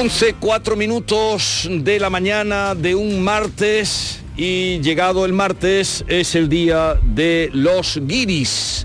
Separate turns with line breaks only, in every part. Once, cuatro minutos de la mañana de un martes y llegado el martes es el día de los guiris.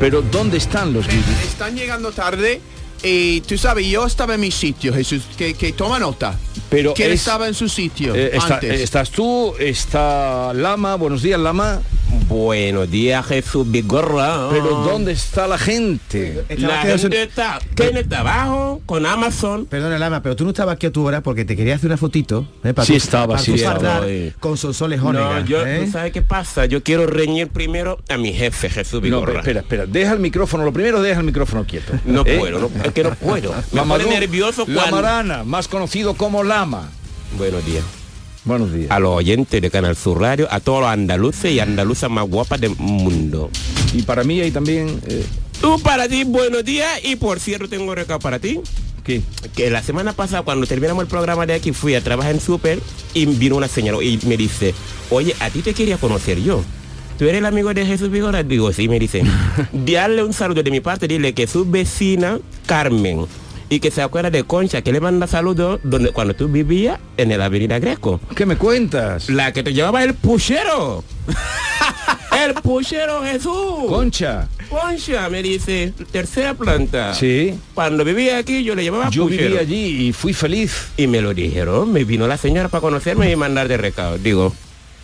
Pero ¿dónde están los guiris?
Están llegando tarde y tú sabes, yo estaba en mi sitio, Jesús, que, que toma nota.
Pero
que él
es-
estaba en su sitio
Eh, está-
antes.
Estás tú, está Lama, buenos días Lama.
Buenos días Jesús Vigorra.
Pero ¿dónde está la gente?
Oh. La gente está tiene trabajo con Amazon.
Perdona, Lama, pero tú no estabas aquí a tu hora porque te quería hacer una fotito. ¿eh? para
Sí
tu-
estaba,
para
sí
tu
estaba,
fardar
eh.
Con Sonsoles Onega.
No, yo,
¿eh?
¿tú ¿sabes qué pasa? Yo quiero reñir primero a mi jefe, Jesús
No, pero
Vigorra.
espera, espera, deja el micrófono, lo primero deja el micrófono quieto.
No
¿eh?
puedo, no- es que no puedo. Me
Lamadú-
pone nervioso cuando...
Lamarana, más conocido como Lama.
Buenos días.
Buenos días.
A los oyentes de Canal Sur Radio, a todos los andaluces y andaluzas más guapas del mundo.
Y para mí hay también... eh,
Tú para ti, buenos días. Y por cierto, tengo un recado para ti.
¿qué?
que la semana pasada cuando terminamos el programa de aquí fui a trabajar en Super y vino una señora y me dice, oye, a ti te quería conocer yo. ¿Tú eres el amigo de Jesús Vigora? Digo, sí, me dice. Dale un saludo de mi parte, dile que su vecina, Carmen, y que se acuerda de Concha, que le manda saludos donde, cuando tú vivías en la avenida Greco.
¿Qué me cuentas?
La que te llevaba el puchero. el puchero Jesús.
Concha.
Concha, me dice, tercera planta.
Sí.
Cuando vivía aquí yo le llevaba
Yo
puchero.
viví allí y fui feliz.
Y me lo dijeron, me vino la señora para conocerme y mandar de recado. Digo,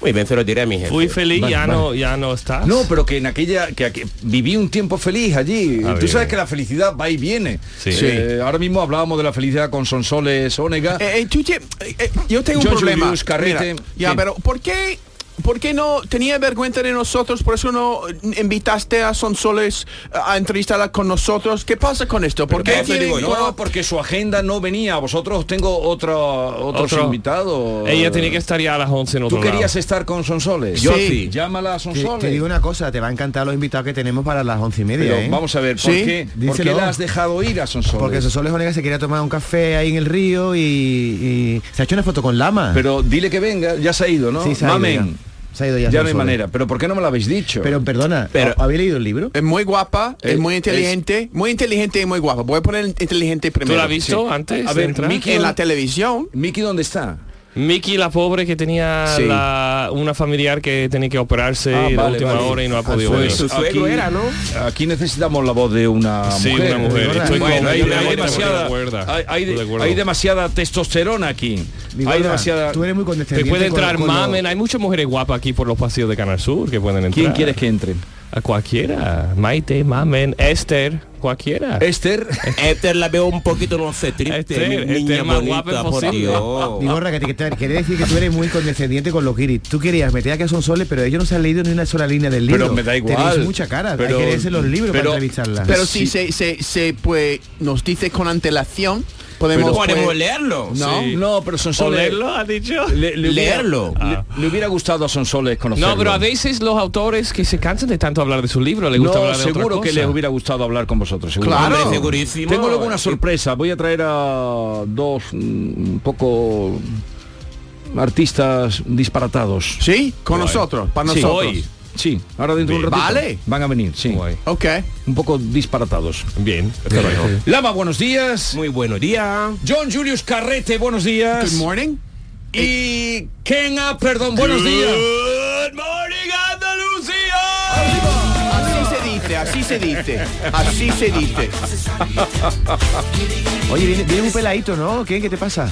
muy bien, se lo diré a mi jefe.
Fui feliz,
Vale,
ya
vale.
no, ya no estás.
No, pero que en aquella que, aqu- viví un tiempo feliz allí.
Ah,
Tú
bien.
sabes que la felicidad va y viene.
Sí.
Eh, ahora mismo hablábamos de la felicidad con Sonsoles Onega.
Eh, eh, tú tie- eh, eh, yo tengo
John
un problema.
Julius Carrete.
Mira, ya,
Sí.
pero ¿por qué? ¿Por qué no tenía vergüenza de nosotros? ¿Por eso no invitaste a Sonsoles a entrevistarla con nosotros? ¿Qué pasa con esto? ¿Por qué
No, te
tienen
digo, no,
por-
no, porque su agenda no venía. Vosotros tengo otro, otros
Otro-
invitados.
Ella tenía que estar ya a las 11 en otro
Tú
lado.
querías estar con Sonsoles.
Yo sí.
Llámala a
Te,
Sonsoles.
te digo una cosa, te va a encantar los invitados que tenemos para las once y media.
Pero
¿eh?
vamos a ver, ¿por,
Sí,
qué, ¿por qué
díselo.
la has dejado ir a Sonsoles?
Porque Sonsoles Onega se quería tomar un café ahí en el río y, y se ha hecho una foto con Lama.
Pero dile que venga, ya se ha ido, ¿no?
Ah. Sí, se ha ido
Mamen.
ya. Se ha ido ya
Ya no hay
Sonsoles.
manera. Pero ¿por qué no me lo habéis dicho? Eh,
Pero perdona,
Pero-
¿o- ¿habéis leído el libro?
Es muy guapa, es,
Es-
muy inteligente, muy inteligente y muy guapa. Voy a poner inteligente
¿Tú
primero.
la has visto
sí.
antes?
A
de
ver,
entrar?
Miki-
En la televisión.
Miki, ¿dónde está?
Miki, la pobre que tenía
Sí.
la- una familiar que tenía que operarse
Ah,
de
vale,
última
vale.
hora y no ha podido
Pues
venir.
Su suegro era, ¿no?
Aquí necesitamos la voz de una
Sí,
mujer.
una mujer.
¿verdad?
Estoy
Bueno,
con-
hay,
yo
hay
estoy
demasiada,
de acuerdo.
hay- hay de-
Estoy de acuerdo.
hay demasiada testosterona aquí.
Vigorra,
hay demasiada...
Tú eres muy
Te
condescendiente.
puede
con-
entrar
con los-
mamen, hay muchas mujeres guapas aquí por los pasillos de Canal Sur que pueden entrar.
¿Quién quieres que entre?
A cualquiera. Maite, mamen, Esther, cualquiera.
Esther.
Este la veo un poquito, no sé, triste.
Este-
mi
este
niña
es más guapo
bonita, por
imposible.
Dios.
Vigorra, que te, que te- quería decir que tú eres muy condescendiente con los guiris. Tú querías meter aquí a Sonsoles, pero ellos no se han leído ni una sola línea del libro.
Pero me da igual.
Tenéis mucha cara.
Pero-
Hay que leerse los libros
pero-
para entrevistarla.
Pero si se, se, se, pues, nos dice con antelación, podemos...
No podemos
pues,
leerlo.
No.
Sí.
No, pero Sonsoles...
¿Olerlo, ha dicho?
Le, le hubiera-
Leerlo.
le- Le, hubiera gustado a Sonsoles conocerlo.
No, pero a veces los autores que se cansan de tanto hablar de su libro, les gusta
No,
hablar de otra
seguro
cosa.
que les hubiera gustado hablar con vosotros. seguro.
Claro.
Hombre, segurísimo.
Tengo luego una sorpresa. Voy a traer a dos mm, un poco artistas disparatados.
Sí, con nosotros, para
Sí.
nosotros.
Hoy.
Sí, ahora dentro de un ratito.
Vale.
Van a venir, sí.
Guay.
Ok.
Un poco disparatados.
Bien.
Lama, buenos días.
Muy buenos días.
John Julius Carrete, buenos días.
Good morning.
Y Ken Up, perdón, buenos días.
Good morning, Andalucía.
Así se dice, así se dice, así se dice.
Oye, viene, viene un peladito, ¿no? ¿Qué, ¿Qué te pasa?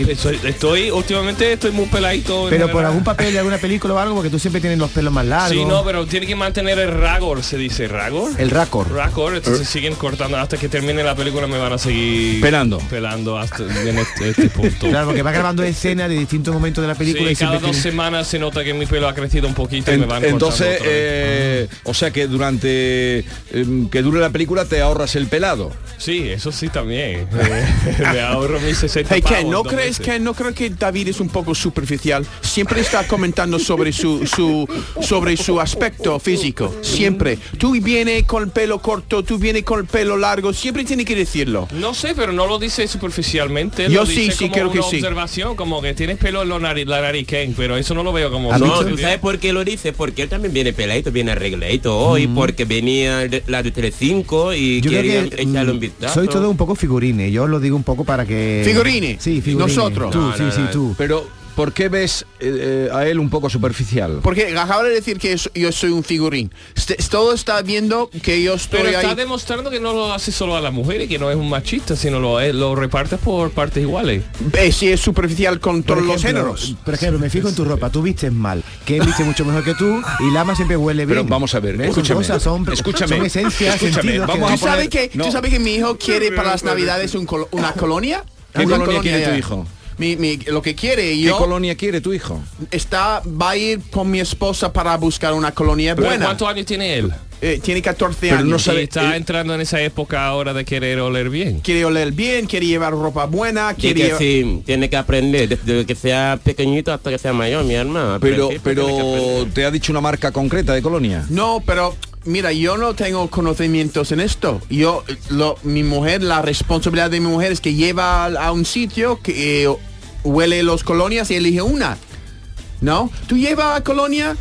Estoy, eh, estoy- últimamente estoy muy peladito. en
Pero por
general.
algún papel de alguna película o algo, porque tú siempre tienes los pelos más largos.
Sí, no, pero tiene que mantener el ragor, se dice ragor.
El racor.
Ragor, entonces
Eh.
siguen cortando hasta que termine la película me van a seguir
Pelando.
pelando hasta en este, este punto.
Claro, porque va grabando escenas de distintos momentos de la
Sí,
película y
cada
siempre
dos
tiene-
semanas se nota que mi pelo ha crecido un poquito y
En-
me
eh,
van cortando
entonces,
otra vez.
eh, o sea que durante em, que dure la película te ahorras el pelado.
Sí, eso sí también. Eh, Me ahorro mis 60
Hey, Ken,
pavos
¿no
dos
crees
veces.
que no creo que David es un poco superficial? Siempre está comentando sobre su, su sobre su aspecto físico. Siempre. Tú vienes con el pelo corto, tú vienes con el pelo largo, siempre tiene que decirlo.
No sé, pero no lo dice superficialmente.
Yo
lo
sí,
dice
sí,
como
creo que
una
sí.
observación, como que tienes pelo en lo nari- la nariz, Ken, pero eso no lo veo como...
No, ¿tú sabes por qué lo dice? Porque él también viene peladito, viene arregladito hoy, porque venía de- la de Telecinco y
Yo
querían
creo que
echarle un
mm,
vistazo.
soy todo un poco figurine, yo lo digo un poco para que...
Figurine.
Sí, figurine.
Nosotros.
Tú,
No,
sí,
no,
sí,
no.
tú.
Pero, ¿por qué ves eh, eh, a él un poco superficial?
Porque acaba de decir que es- yo soy un figurín. Este- todo está viendo que yo estoy
Pero está
ahí.
demostrando que no lo hace solo a las mujeres, que no es un machista, sino lo, eh, lo repartes por partes iguales.
Eh, sí, es superficial con
Por
todos los
ejemplo,
géneros.
Por ejemplo, me fijo en tu ropa, tú vistes mal, que él viste mucho mejor que tú y Lama siempre huele bien.
Pero vamos a ver,
¿Ves? Son
escúchame,
cosas, son,
escúchame,
son esencias,
escúchame,
sentidos que
vamos a
¿Tú
dan-
poner-
sabes, que,
no.
¿Tú sabes que mi hijo quiere para las navidades un colo- una colonia?
¿Qué
Una
colonia quiere tu
ya.
hijo?
Mi- mi- lo que quiere
¿Qué
yo
colonia quiere tu hijo?
está va a ir con mi esposa para buscar una colonia
Pero
buena.
¿Cuántos años tiene él?
Eh, tiene 14
Pero
años.
no
Y
sabe-
está
eh,
entrando en esa época ahora de querer oler bien.
Quiere oler bien, quiere llevar ropa buena,
Tiene
quiere
que,
llevar...
sí, tiene que aprender desde que sea pequeñito hasta que sea mayor, mi hermano. Al
Pero,
principio tiene que aprender.
pero te ha dicho una marca concreta de colonia.
No, pero mira, yo no tengo conocimientos en esto. Yo, eh, lo, mi mujer, la responsabilidad de mi mujer es que lleva al- a un sitio que eh, huele los colonias y elige una. ¿No? ¿Tú llevas a colonia,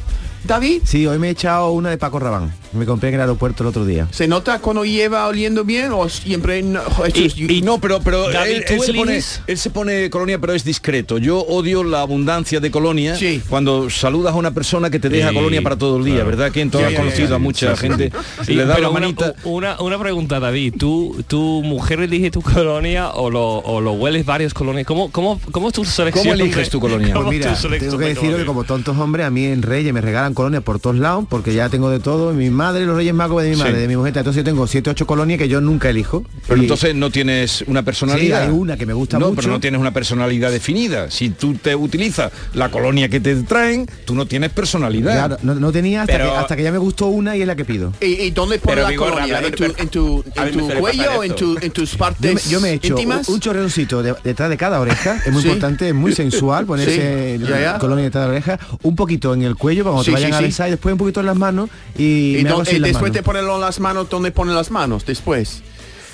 David?
Sí, hoy me he echado una de Paco Rabán. Me compré en el aeropuerto el otro día.
¿Se nota cuando lleva oliendo bien o siempre no? Esto es-
Y, no, pero, pero
David,
él,
¿tú
él se pone,
eliges?
él se pone colonia, pero es discreto. Yo odio la abundancia de colonia
Sí.
cuando saludas a una persona que te deja
Sí,
colonia para todo el día,
claro.
¿verdad? Que en todo
Sí,
has
sí,
conocido
sí,
a mucha gente.
Y-
le da
pero
la
una-
manita.
Una, una, pregunta, David. ¿Tú, ¿Tu mujer elige tu colonia o lo, o lo hueles varias colonias? ¿Cómo, cómo, cómo es tu selección?
¿Cómo eliges tu colonia?
¿Cómo
Pues mira,
tú seleccionas
tengo que
tu
deciros que
colonia?
como tontos hombres, a mí en Reyes me regalan colonias por todos lados, porque ya tengo de todo, y mi madre, los Reyes Magos de mi madre,
Sí.
de mi mujer, entonces yo tengo 7, 8 colonias que yo nunca elijo.
Pero
Y-
entonces no tienes una personalidad.
Sí, hay una que me gusta
no,
mucho.
pero no tienes una personalidad definida. Si tú te utilizas la colonia que te traen, tú no tienes personalidad.
Claro, no, no tenía hasta,
Pero-
que, hasta que ya me gustó una y es la que pido.
¿Y, y dónde pones
Pero
la
Vigorra,
colonia?
habla
¿En
de
tu,
per-
en
A
tu,
mí
en
me
tu
suele
cuello
pasar
o en,
esto.
tu, en tus
Yo me,
partes
yo me he hecho un,
íntimas?
un chorreoncito de- detrás de cada oreja, es muy
Sí.
importante, es muy sensual ponerse
Sí, ya, ya.
colonia detrás de la oreja, un poquito en el cuello para cuando
Sí,
te vayan
sí,
a
sí.
besar y después un poquito en las manos y,
y
me hago
don-
así
y
en las
después
manos.
te ponen lo- las manos, ¿dónde ponen las manos después?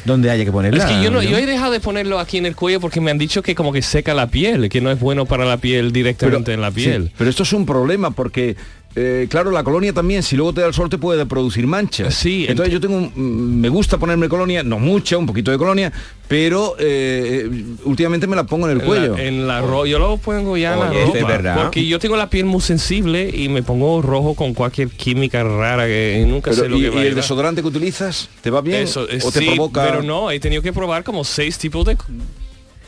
donde haya que ponerla.
Es que yo, no,
¿no?
yo he dejado de ponerlo aquí en el cuello porque me han dicho que como que seca la piel, que no es bueno para la piel directamente en la piel.
Pero esto es un problema porque, eh, claro, la colonia también, si luego te da el sol, te puede producir manchas.
Sí,
Entonces yo tengo, un- mm, me gusta ponerme colonia, no mucha, un poquito de colonia, pero eh, últimamente me la pongo en el
En
cuello. este
la- En la ro- yo lo pongo ya en la
Oye, es
ropa,
verdad.
porque yo tengo la piel muy sensible y me pongo rojo con cualquier química rara que nunca
Pero,
sé lo
y,
que
y
va a
el
llevar.
desodorante que utilizas te va bien
Eso, eh,
o te
sí,
provoca
pero no, he tenido que probar como seis tipos de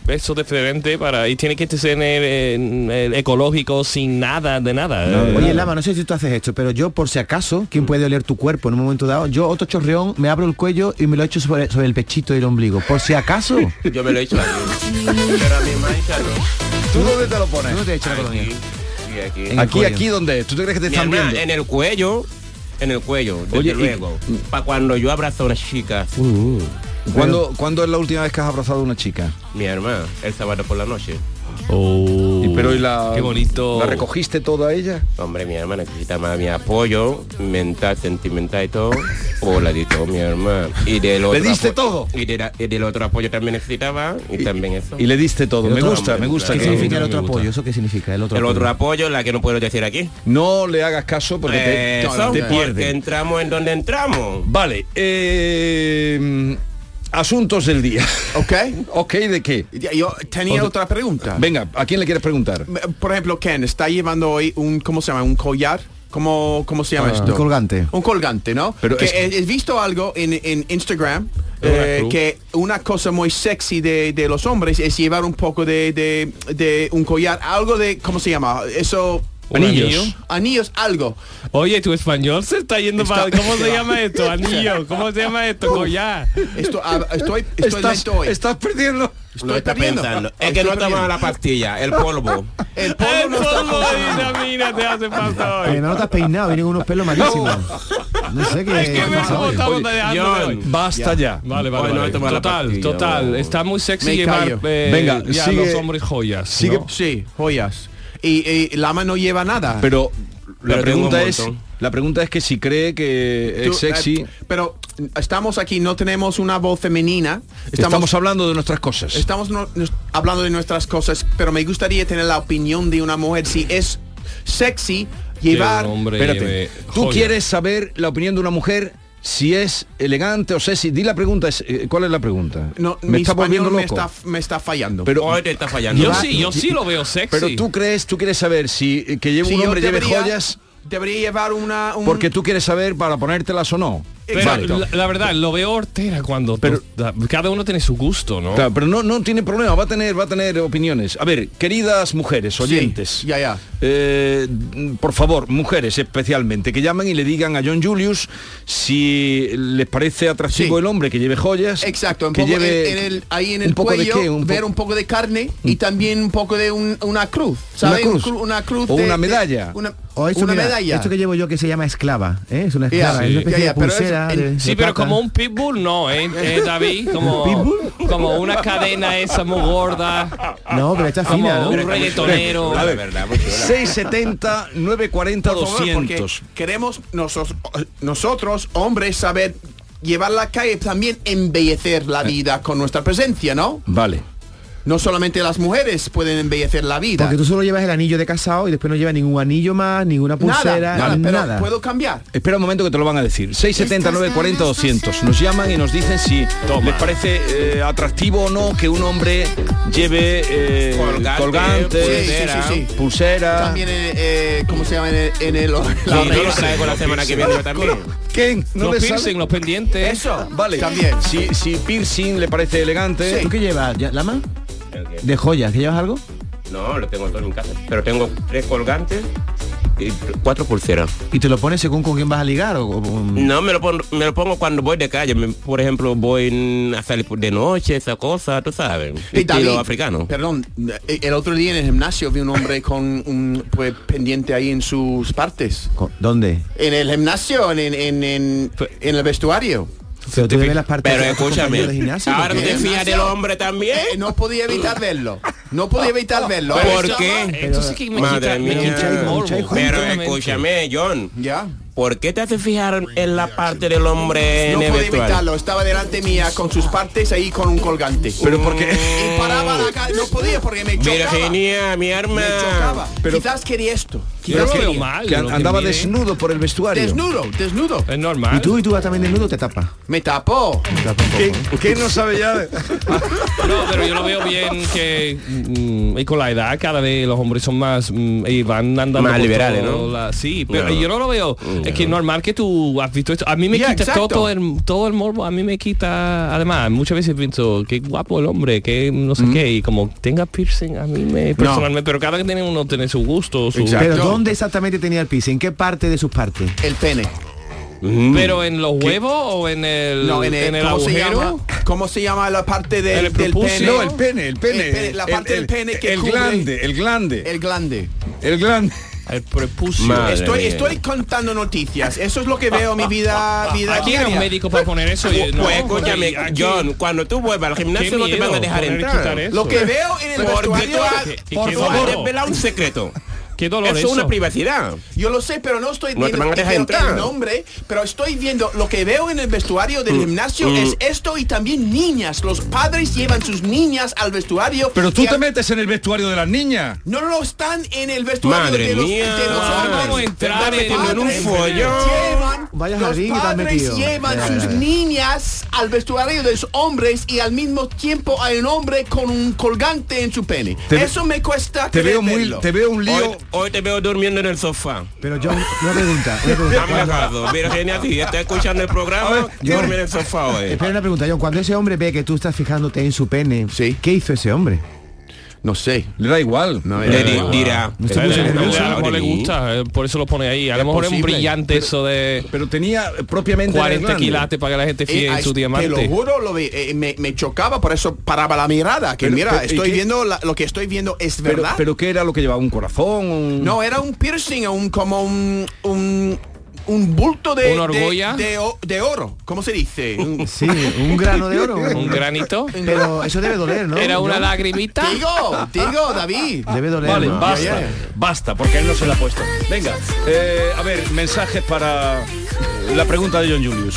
besos diferentes para y tiene que ser en el- en el ecológico sin nada de nada.
No,
Eh,
Oye, Lama, no sé si tú haces esto, pero yo por si acaso,
Mm.
¿quién puede oler tu cuerpo en un momento dado? Yo otro chorreón, me abro el cuello y me lo echo sobre, sobre el pechito y el ombligo. Por si acaso.
Yo me lo he hecho a mí. Pero a mi mancha no.
tú dónde te lo pones
Tú no te echas la colonia.
Y aquí.
En el
aquí
cuello.
aquí donde tú te crees que te
Mi
están
hermana,
viendo
en el cuello, en el cuello, desde
Oye, y-
luego. Para cuando yo abrazo a una chica,
Uh, ¿Cuándo, cuándo es la última vez que has abrazado a una chica
mi hermana, el sábado por la noche.
oh,
Y- pero y la
qué bonito.
la recogiste toda ella
Hombre, mi hermana necesita más mi apoyo mental, sentimental y todo. O la di todo, mi hermana. Y del otro
diste
apo-
todo?
Y, de la- y del otro apoyo también necesitaba. Y, también eso.
y le diste todo
El
me
otro
gusta
hombre,
me gusta
¿Qué
claro.
que
significa el
me
otro
gusta.
apoyo? ¿Eso qué significa? El otro
el otro
apoyo?
apoyo, la que no puedo decir aquí.
no le hagas caso porque te-
Eso,
te,
porque
pierde
entramos en donde entramos.
vale eh, asuntos del día
¿Ok?
ok de qué
Ya, Yo tenía
Otro-
otra pregunta.
venga a quién le quieres preguntar
Me- Por ejemplo, Ken está llevando hoy un, ¿cómo se llama? ¿Un collar? ¿Cómo, cómo se llama esto?
Un Ah, colgante.
Un colgante, ¿no?
Pero
que
es-
he, he visto algo en, en Instagram eh,
cruz.
que una cosa muy sexy de, de los hombres es llevar un poco de, de- de un collar, algo de, ¿cómo se llama? Eso...
¿Un anillo?
Anillos, algo.
Oye, tu español se está yendo
Está-
para ¿Cómo se llama esto? Anillo, ¿cómo se llama esto? Collar.
Esto, ah, estoy, estoy lento hoy.
estás perdiendo
estoy
Lo está
perdiendo.
pensando. Es que
Estoy
no toma
perdiendo.
la pastilla, el polvo.
El polvo
El
no está
polvo de
funcionando.
vitamina te hace falta
Además
hoy.
no te has peinado, vienen unos pelos malísimos. No sé qué.
Es
Eh,
que ver cómo estamos dejando de hoy.
Basta ya.
Vale, vale,
Hoy no
vale.
he tomado la
Total,
pastilla,
total.
vamos.
Está muy sexy
Me
llevar
callo.
eh,
Venga,
ya
sigue-
los hombres joyas.
sigue-
¿no?
Sí, joyas. Y, y Lama no lleva nada.
Pero la
tengo
pregunta
un
es
montón.
la pregunta es que si cree que
Tú,
es sexy.
eh, pero estamos aquí, no tenemos una voz femenina.
Estamos,
Estamos, estamos,
hablando de nuestras cosas.
no- nos- hablando de nuestras cosas, pero me gustaría tener la opinión de una mujer si es sexy llevar.
Que un hombre
Espérate.
lleve
Tú
joyas.
quieres saber la opinión de una mujer si es elegante o sexy. Di la pregunta. es, eh, ¿Cuál es la pregunta?
No,
me
mi
está
español
volviendo
me
loco.
está, me está fallando.
Pero
Hoy te está fallando.
Yo
Va.
sí, yo sí lo veo sexy.
pero tú crees, tú quieres saber si eh, que lleve
Si
un
yo
hombre lleve
debería-
joyas
Debería llevar una. un-
porque tú quieres saber para ponértelas o no.
Pero
Vale.
la, la verdad, lo veo hortera cuando...
Pero-
da- cada uno tiene su gusto, ¿no?
Claro, pero no, no tiene problema, va a tener, va a tener opiniones. A ver, queridas mujeres,
Sí,
oyentes.
ya, ya.
eh, por favor, mujeres especialmente, que llamen y le digan a John Julius si les parece atractivo
Sí.
el hombre que lleve joyas.
Exacto, un
que
poco
lleve
en, en el, ahí en
un
el
poco de
cuello,
qué, un po- Mm.
ver un poco de carne y también un poco de un- una cruz, ¿sabes?
cruz.
Un cru- Una cruz.
O
de-
una
de-
medalla.
una
O esto,
una
mira,
medalla.
esto que llevo yo que se llama esclava, ¿eh? es una
Ya,
esclava, es
sí.
una especie
Ya, ya,
de
pero eso-
pulsera.
en-
de-
Sí,
de plata.
pero como un pitbull no, ¿eh, eh, David? Como,
¿Pitbull?
como una cadena esa muy gorda.
No,
Ah,
pero está
Como
fina, ¿no?
un reggaetonero.
A ver,
670 940
Por favor, porque
200.
queremos nosotros, nosotros, hombres, saber llevar la calle, también embellecer
Eh.
la vida con nuestra presencia, ¿no?
Vale.
No solamente las mujeres pueden embellecer la vida.
Porque tú solo llevas el anillo de casado y después no llevas ningún anillo más, ninguna pulsera,
nada, nada,
nada.
pero puedo cambiar.
Espera un momento que te lo van a decir. 670-940-200. Nos llaman y nos dicen si les parece eh, atractivo o no que un hombre lleve eh,
Colgante,
colgantes,
pulsera. Sí, sí, sí, sí.
pulsera.
También, eh, eh, ¿cómo se llama? En el... en el- la-
yo lo traigo la semana que viene yo también.
¿Qué? ¿No
los
le sale?
piercing, los pendientes.
Eso,
Vale.
También.
Si, si piercing le parece elegante.
¿Tú qué llevas, ya- Lama? ¿De joyas? ¿Que llevas algo?
No, lo tengo todo en casa. Pero tengo tres colgantes y cuatro pulseras.
¿Y te lo pones según con quién vas a ligar? O, o-
No, me lo, pon- me lo pongo cuando voy de calle. Me- por ejemplo, voy en- a salir de noche, esa cosa, tú sabes.
Y
Estilo
David,
africano.
Perdón, eh, el otro día en el gimnasio vi un hombre con un pues, pendiente ahí en sus partes.
con- ¿Dónde?
En el gimnasio, en, en, en, en- en el vestuario.
Pero tú le ves las partes
Pero
de tus compañeros de
escúchame,
gimnasio,
ahora tú
porque-
te
¿Qué?
fías del hombre
Eh,
también.
no podía evitar verlo. No podía evitar verlo.
Pero
Eh,
¿Por qué?
Esto sí que me
Madre
quita- me
mía.
quita el morbo,
Pero
completamente.
escúchame, John.
Ya.
¿Por qué te hace fijar en la parte del hombre
No
en el
podía
vestuario?
evitarlo. Estaba delante mía con sus partes ahí con un colgante.
Pero porque.
Mm.
y paraba la ca- No podía porque me chocaba.
Virginia, mi arma.
Me chocaba.
Pero-
Quizás quería esto.
Yo
Quizás
no lo veo
quería.
mal.
que
lo
an-
que
andaba
mide.
desnudo por el vestuario.
Desnudo, desnudo.
Es normal.
¿Y tú y tú vas también desnudo o te tapas?
Me tapó.
¿Qué, qué no sabe ya?
No, pero yo lo veo bien que mm, y con la edad cada vez los hombres son más mm, y van andando
Más
por
liberales,
todo
¿no?
la- sí, pero
No.
yo no lo veo. Es que es normal que tú has visto Uh, esto. A mí me
Ya,
quita
exacto.
todo, todo el todo el morbo. A mí me quita. Además, muchas veces pienso qué guapo el hombre, que no sé qué y como tenga piercing a mí me personalmente. Pero cada que tiene uno tiene su gusto, su.
Exacto.
¿Pero dónde exactamente tenía el piso? ¿En qué parte de sus partes?
El pene. Mm.
Pero en los huevos o en el
No, en el, ¿cómo Se
agujero.
llama, ¿Cómo se llama la parte de-
En el
del
prepucio.
pene?
No, el pene, el pene.
El pene, la parte del pene que
El
cubre-
glande, el glande.
El glande.
El glande.
El prepucio.
Madre
Estoy,
mía.
estoy contando noticias. Eso es lo que veo en mi vida, vida
Aquí era un
diaria.
médico para poner eso. y- no,
Pues escúchame,
aquí-
John, cuando tú vuelvas al
qué
gimnasio no te
miedo
van a dejar
poner y quitar
entrar.
eso. eh.
Lo que veo en el
Porque tú
vestuario,
has,
¿Qué- qué
por
dolor?
favor, revelado un secreto.
Qué dolor
Eso es una
eso.
privacidad.
yo lo sé, pero no estoy
No te van a dejar
el-
entrar.
el nombre, pero estoy viendo lo que veo en el vestuario del gimnasio es esto y también niñas. Los padres llevan sus niñas al vestuario.
Pero tú
y a-
te metes en el vestuario de las niñas.
No, no, están en el vestuario
Madre
de los,
mía.
de los
Ah,
hombres.
vamos a entrar
Los
en un
padres
follón.
Llevan,
Vaya
los
jardín que te has
padres
metido.
llevan
Ya, ya,
sus
ya.
niñas al vestuario de los hombres y al mismo tiempo hay un hombre con un colgante en su pene.
Te-
Eso me cuesta
Te veo muy,
creérmelo.
te veo un lío.
Hoy, hoy te veo durmiendo en el sofá.
Pero yo, una pregunta, una pregunta.
Dame agarrado. Virginia, si está escuchando el programa,
John.
duerme en el sofá
Eh,
hoy.
Espera una pregunta, John. Cuando ese hombre ve que tú estás fijándote en su pene,
Sí.
¿qué hizo ese hombre?
No sé.
Le da igual.
Le di- dirá.
No se
A
"Eh,
puso
él-
nervioso.
a lo mejor le gusta, eh, por eso lo pone ahí. A lo mejor es un
posible.
brillante eso de
Pero tenía eh, propiamente. en el
40
glande.
quilates para que la gente
Eh,
fíe en
ay,
su
Te lo
diamante.
juro, lo vi- eh, me, me chocaba, por eso paraba la mirada. Que
Pero-
mira,
pero- ¿y
estoy
qué?
viendo la- lo que estoy viendo es
Pero,
verdad.
Mm.
eh. pero ¿qué era lo que llevaba? ¿Un corazón? Un...
No, era un piercing, un como un, un
un bulto de,
¿Una orgolla?
de, de o- de oro. ¿Cómo se dice? Un-
Sí, un grano de oro.
Un granito.
Pero eso debe doler, ¿no?
Era una
Yo-
lagrimita.
digo, digo, David.
Debe doler.
Vale,
¿no?
basta,
Ya, ya.
basta, porque él no se la ha puesto. Venga, eh, a ver, mensajes para eh, la pregunta de John Julius.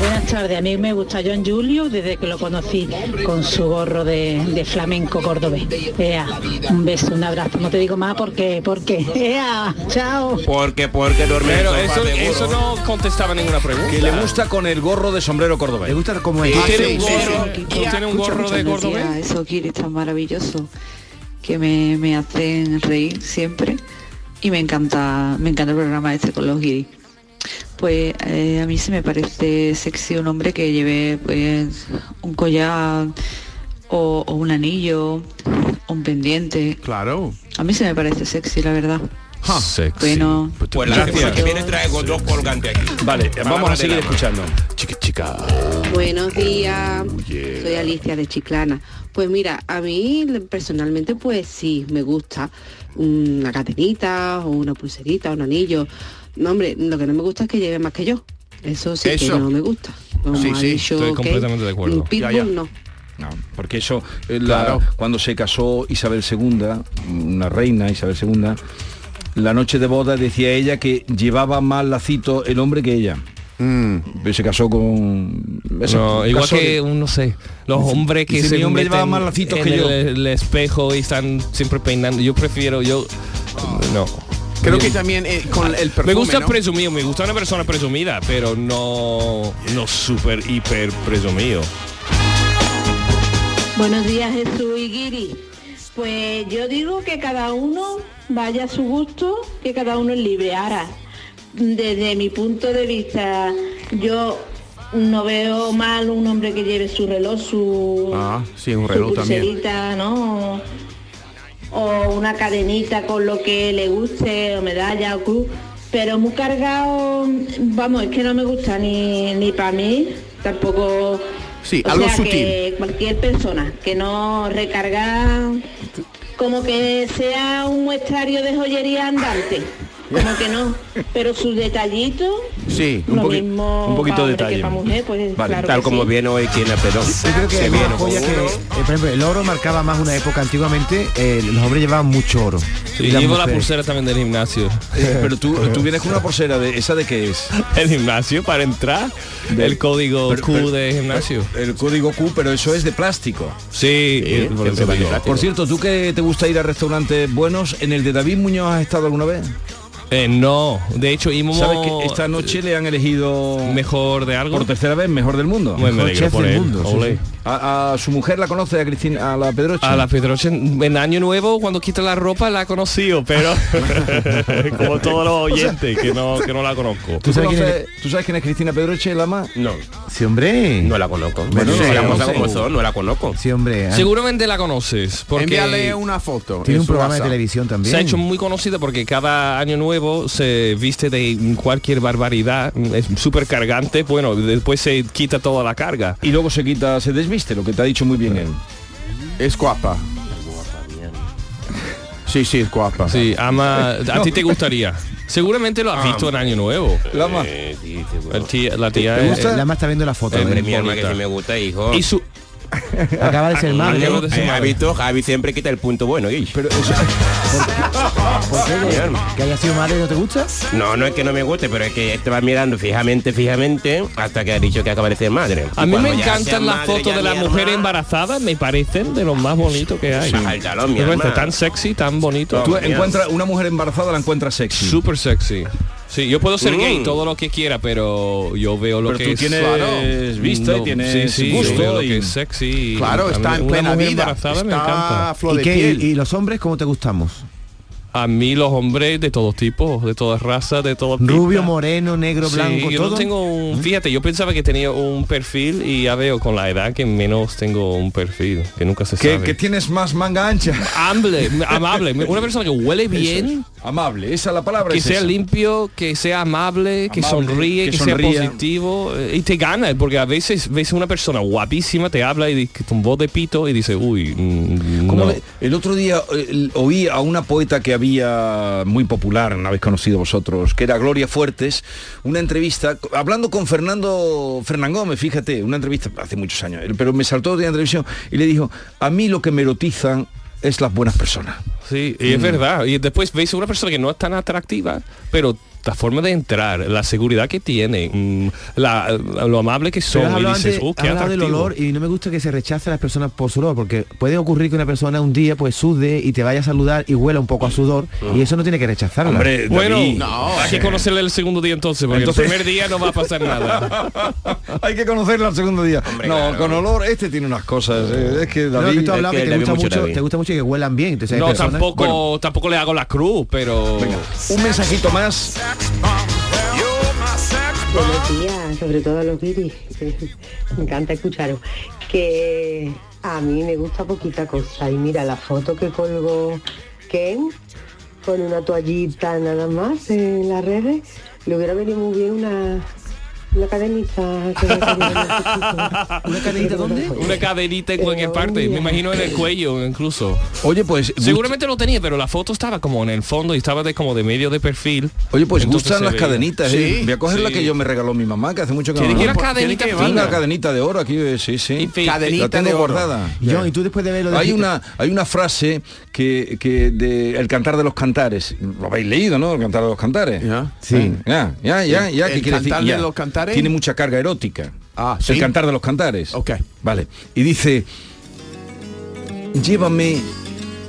Buenas tardes, a mí me gusta John Julio desde que lo conocí con su gorro de, de flamenco cordobés. Ea, un beso, un abrazo, no te digo más porque, porque, ea, chao.
Porque, porque dormir
Pero eso, eso no contestaba ninguna pregunta.
Que le gusta con el gorro de sombrero
Le
cordobés.
gusta como es.
¿Tú
Ah,
tienes
sí,
un
sí,
gorro,
sí.
tú tienes un gorro de cordobés?
Eso Kiri es tan maravilloso que me, me hacen reír siempre y me encanta, me encanta el programa este con los Giri. Pues eh, a mí se me parece sexy un hombre que lleve pues un collar o, o un anillo, o un pendiente.
Claro.
A mí se me parece sexy, la verdad. Bueno,
Pues la
Gracias.
semana que viene traigo dos colgantes aquí.
Vale, vamos a
Palabra
seguir
de dama.
escuchando.
Chica, chica.
Buenos días, soy Alicia de Chiclana. Pues mira, a mí le- personalmente pues sí, me gusta una cadenita o una pulserita, un anillo. No, hombre, lo que no me gusta es que lleve más que yo. Eso sí
Eso.
que no me gusta. Como
Sí,
ha
sí,
dicho
estoy
Kate,
completamente de acuerdo.
un Pitbull
Ya, ya.
no.
No, Ah, porque eso, eh, la-
Claro.
cuando se casó Isabel II, una reina Isabel II, la noche de boda decía ella que llevaba más lacito el hombre que ella. Pero Se casó con... eso,
No, igual
casó
que,
de-
un, no sé, los hombres que
dice,
se
"Mi hombre
meten
llevaba más lacitos
en
que
el,
yo".
el espejo y están siempre peinando. Yo prefiero, yo... No.
Creo que
Yo-
también eh, con el perfume,
me gusta
¿no?
presumido, me gusta una persona presumida, pero no, no súper, hiper presumido.
Buenos días, Jesús y Guiri. Pues yo digo que cada uno vaya a su gusto, que cada uno es libre. Ahora, desde mi punto de vista, yo no veo mal un hombre que lleve su reloj, su,
Ah, sí, un
su
reloj también.
pulserita, ¿no? O, o una cadenita con lo que le guste, o medalla, o cruz. Pero muy cargado, vamos, es que no me gusta ni, ni para mí, tampoco...
Sí,
o
algo
sea,
sutil.
que- cualquier persona que no recarga como que sea un muestrario de joyería andante como que no pero sus detallitos
Sí,
lo
poqui-
mismo
un poquito
pa'
de
hombre que
detalle.
pa' mujer, pues,
Vale,
claro
Tal
que
como
sí.
viene hoy quien a pedón.
Yo creo que
Se
hay
viene
una joya
con
que,
uno.
eh, por ejemplo, el oro marcaba más una época antiguamente, eh, los hombres llevaban mucho oro. eh,
Y
las
llevo la
mujeres.
pulsera también del gimnasio.
Eh, pero tú, tú vienes con una porcera de esa de qué es
¿El gimnasio para entrar? El código
Pero-
Q
pero-
de gimnasio.
el código Q pero eso es de plástico
Sí, eh, por eso digo.
por cierto tú que te gusta ir a restaurantes buenos en el de David Muñoz has estado alguna vez
Eh, no, de hecho, íbamos
sabes que esta noche le han elegido
mejor de algo.
por tercera vez mejor del mundo
Bueno, me
mejor
alegro
chef
por
del
él.
mundo, sí,
Ole.
sí.
a, a su mujer la conoce a Cristina a la Pedrocha
A la Pedroche en año nuevo cuando quita la ropa la ha conocido, pero como todos los oyentes que no que no la conozco.
¿Tú,
¿Tú sabes
conoces-
quién
tú sabes quién es? Cristina Pedroche la más
No,
Sí, hombre.
no la conozco.
Bueno,
Bueno,
sí,
la
no
cosa
sé.
como son, no la conozco.
Sí, hombre. ah,
Seguramente la conoces porque
Envíale una foto.
Tiene
en
un
su
programa de
WhatsApp.
televisión también.
se ha hecho muy conocida porque cada año nuevo se viste de cualquier barbaridad, es súper cargante, bueno, después se quita toda la carga.
y luego se quita se desviste lo que te ha dicho muy bien él
Es guapa. Sí, sí, es guapa. Ah.
Sí, ama, a ti te gustaría. Seguramente lo has visto en año nuevo.
Lama
El tía- la tía
Eh,
es-
eh, Lama está viendo la foto.
Eh,
¿eh?
Hombre, mi alma que
bonita.
sí me gusta, hijo.
y su
Acaba de ser madre.
Acabo de ser
Eh,
madre.
Javito, Javi siempre quita el punto bueno, ¿y?
pero eso-
¿Por qué?
Mi alma.
¿Que haya sido madre no te gusta?
No, no es que no me guste, pero es que estaba mirando fijamente, fijamente, hasta que ha dicho que acaba de ser madre.
A mí me encantan las fotos de las mujeres embarazadas, me parecen de los más bonitos que hay.
Sí. Sácalo, mi
Me parece
hermana.
tan sexy, tan bonito.
tú
Dios.
encuentras una mujer embarazada la encuentras sexy
Súper sexy. Sí, yo puedo ser
Mm.
gay todo lo que quiera, pero yo veo lo
Pero
que
tú
es...
tienes vista y tienes
sí, sí, yo
gusto
veo lo
y-
que es sexy. y
Claro,
a mí
está en
una
plena
mujer
vida.
embarazada me
Está a
encanta.
flor
¿Y,
de
qué?
piel.
¿Y- y los hombres cómo te gustamos?
A mí los hombres de todos tipos, de todas razas, de todos
Rubio, moreno, negro,
Sí,
blanco,
yo
todo.
no tengo
¿Mm?
un... Fíjate, yo pensaba que tenía un perfil y ya veo con la edad que menos tengo un perfil, que nunca se
que,
sabe.
que tienes más manga ancha
amable, amable, una persona que huele bien,
Amable, esa es la palabra.
que
es
sea
esa.
limpio, que sea amable, que
Amable,
sonríe,
que
que,
sonría.
sea positivo eh, y te gana, porque a veces ves una persona guapísima, te habla y di- con voz de pito y dice, uy, mm,
¿Cómo
no.
le- el otro día eh, el- oí a una poeta que había muy popular, no habéis conocido vosotros, que era Gloria Fuertes, una entrevista, co- hablando con Fernando Fernán Gómez, fíjate, una entrevista hace muchos años, él- pero me saltó otro día en televisión y le dijo, a mí lo que me erotizan es las buenas personas.
Sí, y es verdad. Y después ves una persona que no es tan atractiva, pero la forma de entrar, la seguridad que tiene, mm, la- lo amable que
Pero has
son, y
hablado
dices,
antes-
"Uh,
has
qué
hablado del
atractivo".
olor y no me gusta que se rechace a las personas por su olor, porque puede ocurrir que una persona un día pues sude y te vaya a saludar y huela un poco a sudor y eso no tiene que rechazarla.
Hombre,
Bueno,
David, eh.
No,
hay que conocerle el segundo día entonces, porque
Entonces-
el primer día no va a pasar nada.
hay que conocerla al segundo día. no,
claro.
con olor, este tiene unas cosas, eh, es que
No,
David...
que tú hablabas
que
que te
David
gusta
mucho
mucho,
David.
te gusta mucho que huelan bien. Entonces, hay
No,
personas-
tampoco, tampoco le hago la cruz, pero.
Venga, un mensajito más.
Buenos días, sobre todo a los guiris. me encanta escucharos. Que a mí me gusta poquita cosa. Y mira la foto que colgó Ken con una toallita nada más en las redes. Le hubiera venido muy bien una, una cadenita. que me tenía en el
¿Una cadenita dónde?
Una cadenita en cualquier
Pero,
parte, me
mira.
imagino en el cuello incluso.
Oye, pues...
Seguramente lo tenía, pero la foto estaba como en el fondo y estaba de, como de medio de perfil.
Oye, pues
Entonces
gustan
se
las
veía.
cadenitas, ¿eh?
Sí,
Voy a coger la
sí.
que yo me regaló mi mamá, que hace mucho que
Tiene
no
que ir
la
a
uso.
cadenita
Tengo una
fina.
cadenita de oro aquí, eh, sí, sí.
Y-
La
Cadenita de
tengo
oro.
guardada.
John, y tú después de verlo
Hay una, hay una frase que, que de El Cantar de los Cantares, lo habéis leído, ¿no? El Cantar de los Cantares.
Ya.
Sí.
Ya, ya, ya, ya,
El
¿qué quiere decir?
Cantar de
Ya.
los Cantares.
Tiene mucha carga erótica.
Ah,
El
sí.
Cantar de los Cantares.
Ok.
Vale. Y dice, llévame,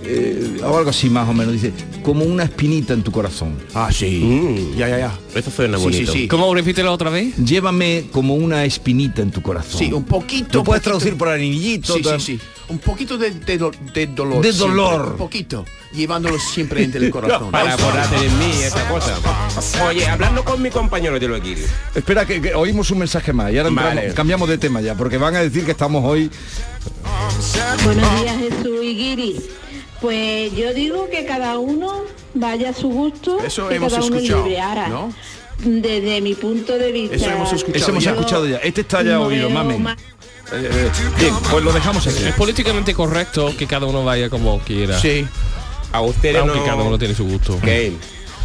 eh, o algo así más o menos, dice, como una espinita en tu corazón. Uh.
Ah, sí. Ya, ya, ya.
Eso suena
Sí,
bonito.
sí, sí.
¿Cómo repítelo otra vez?
Llévame como una espinita en tu corazón.
Sí, un poquito.
Lo
un
puedes
poquito.
traducir por anillito.
Sí,
tal.
sí, sí. Un poquito de, de do- de dolor.
De
siempre,
dolor.
Un poquito. Llevándolo siempre entre el corazón.
Para acordarte de mí, esta cosa. Oye, hablando con mi compañero de los guiris.
Espera, que, que oímos un mensaje más y ahora entramos-
Vale.
cambiamos de tema ya, porque van a decir que estamos hoy...
Buenos días Jesús y Guiri. Pues yo digo que cada uno vaya a su gusto,
Eso
que
hemos
cada uno
escuchado,
libre ahora.
¿no?
Desde mi punto de vista.
Eso hemos escuchado Eso hemos ya.
escuchado ya. Este está ya
no
oído,
veo
mamen.
más-
Eh, eh, bien, pues lo dejamos aquí.
Es políticamente correcto que cada uno vaya como quiera.
Sí.
A ustedes
Aunque
no-
cada uno tiene su gusto.
Ok.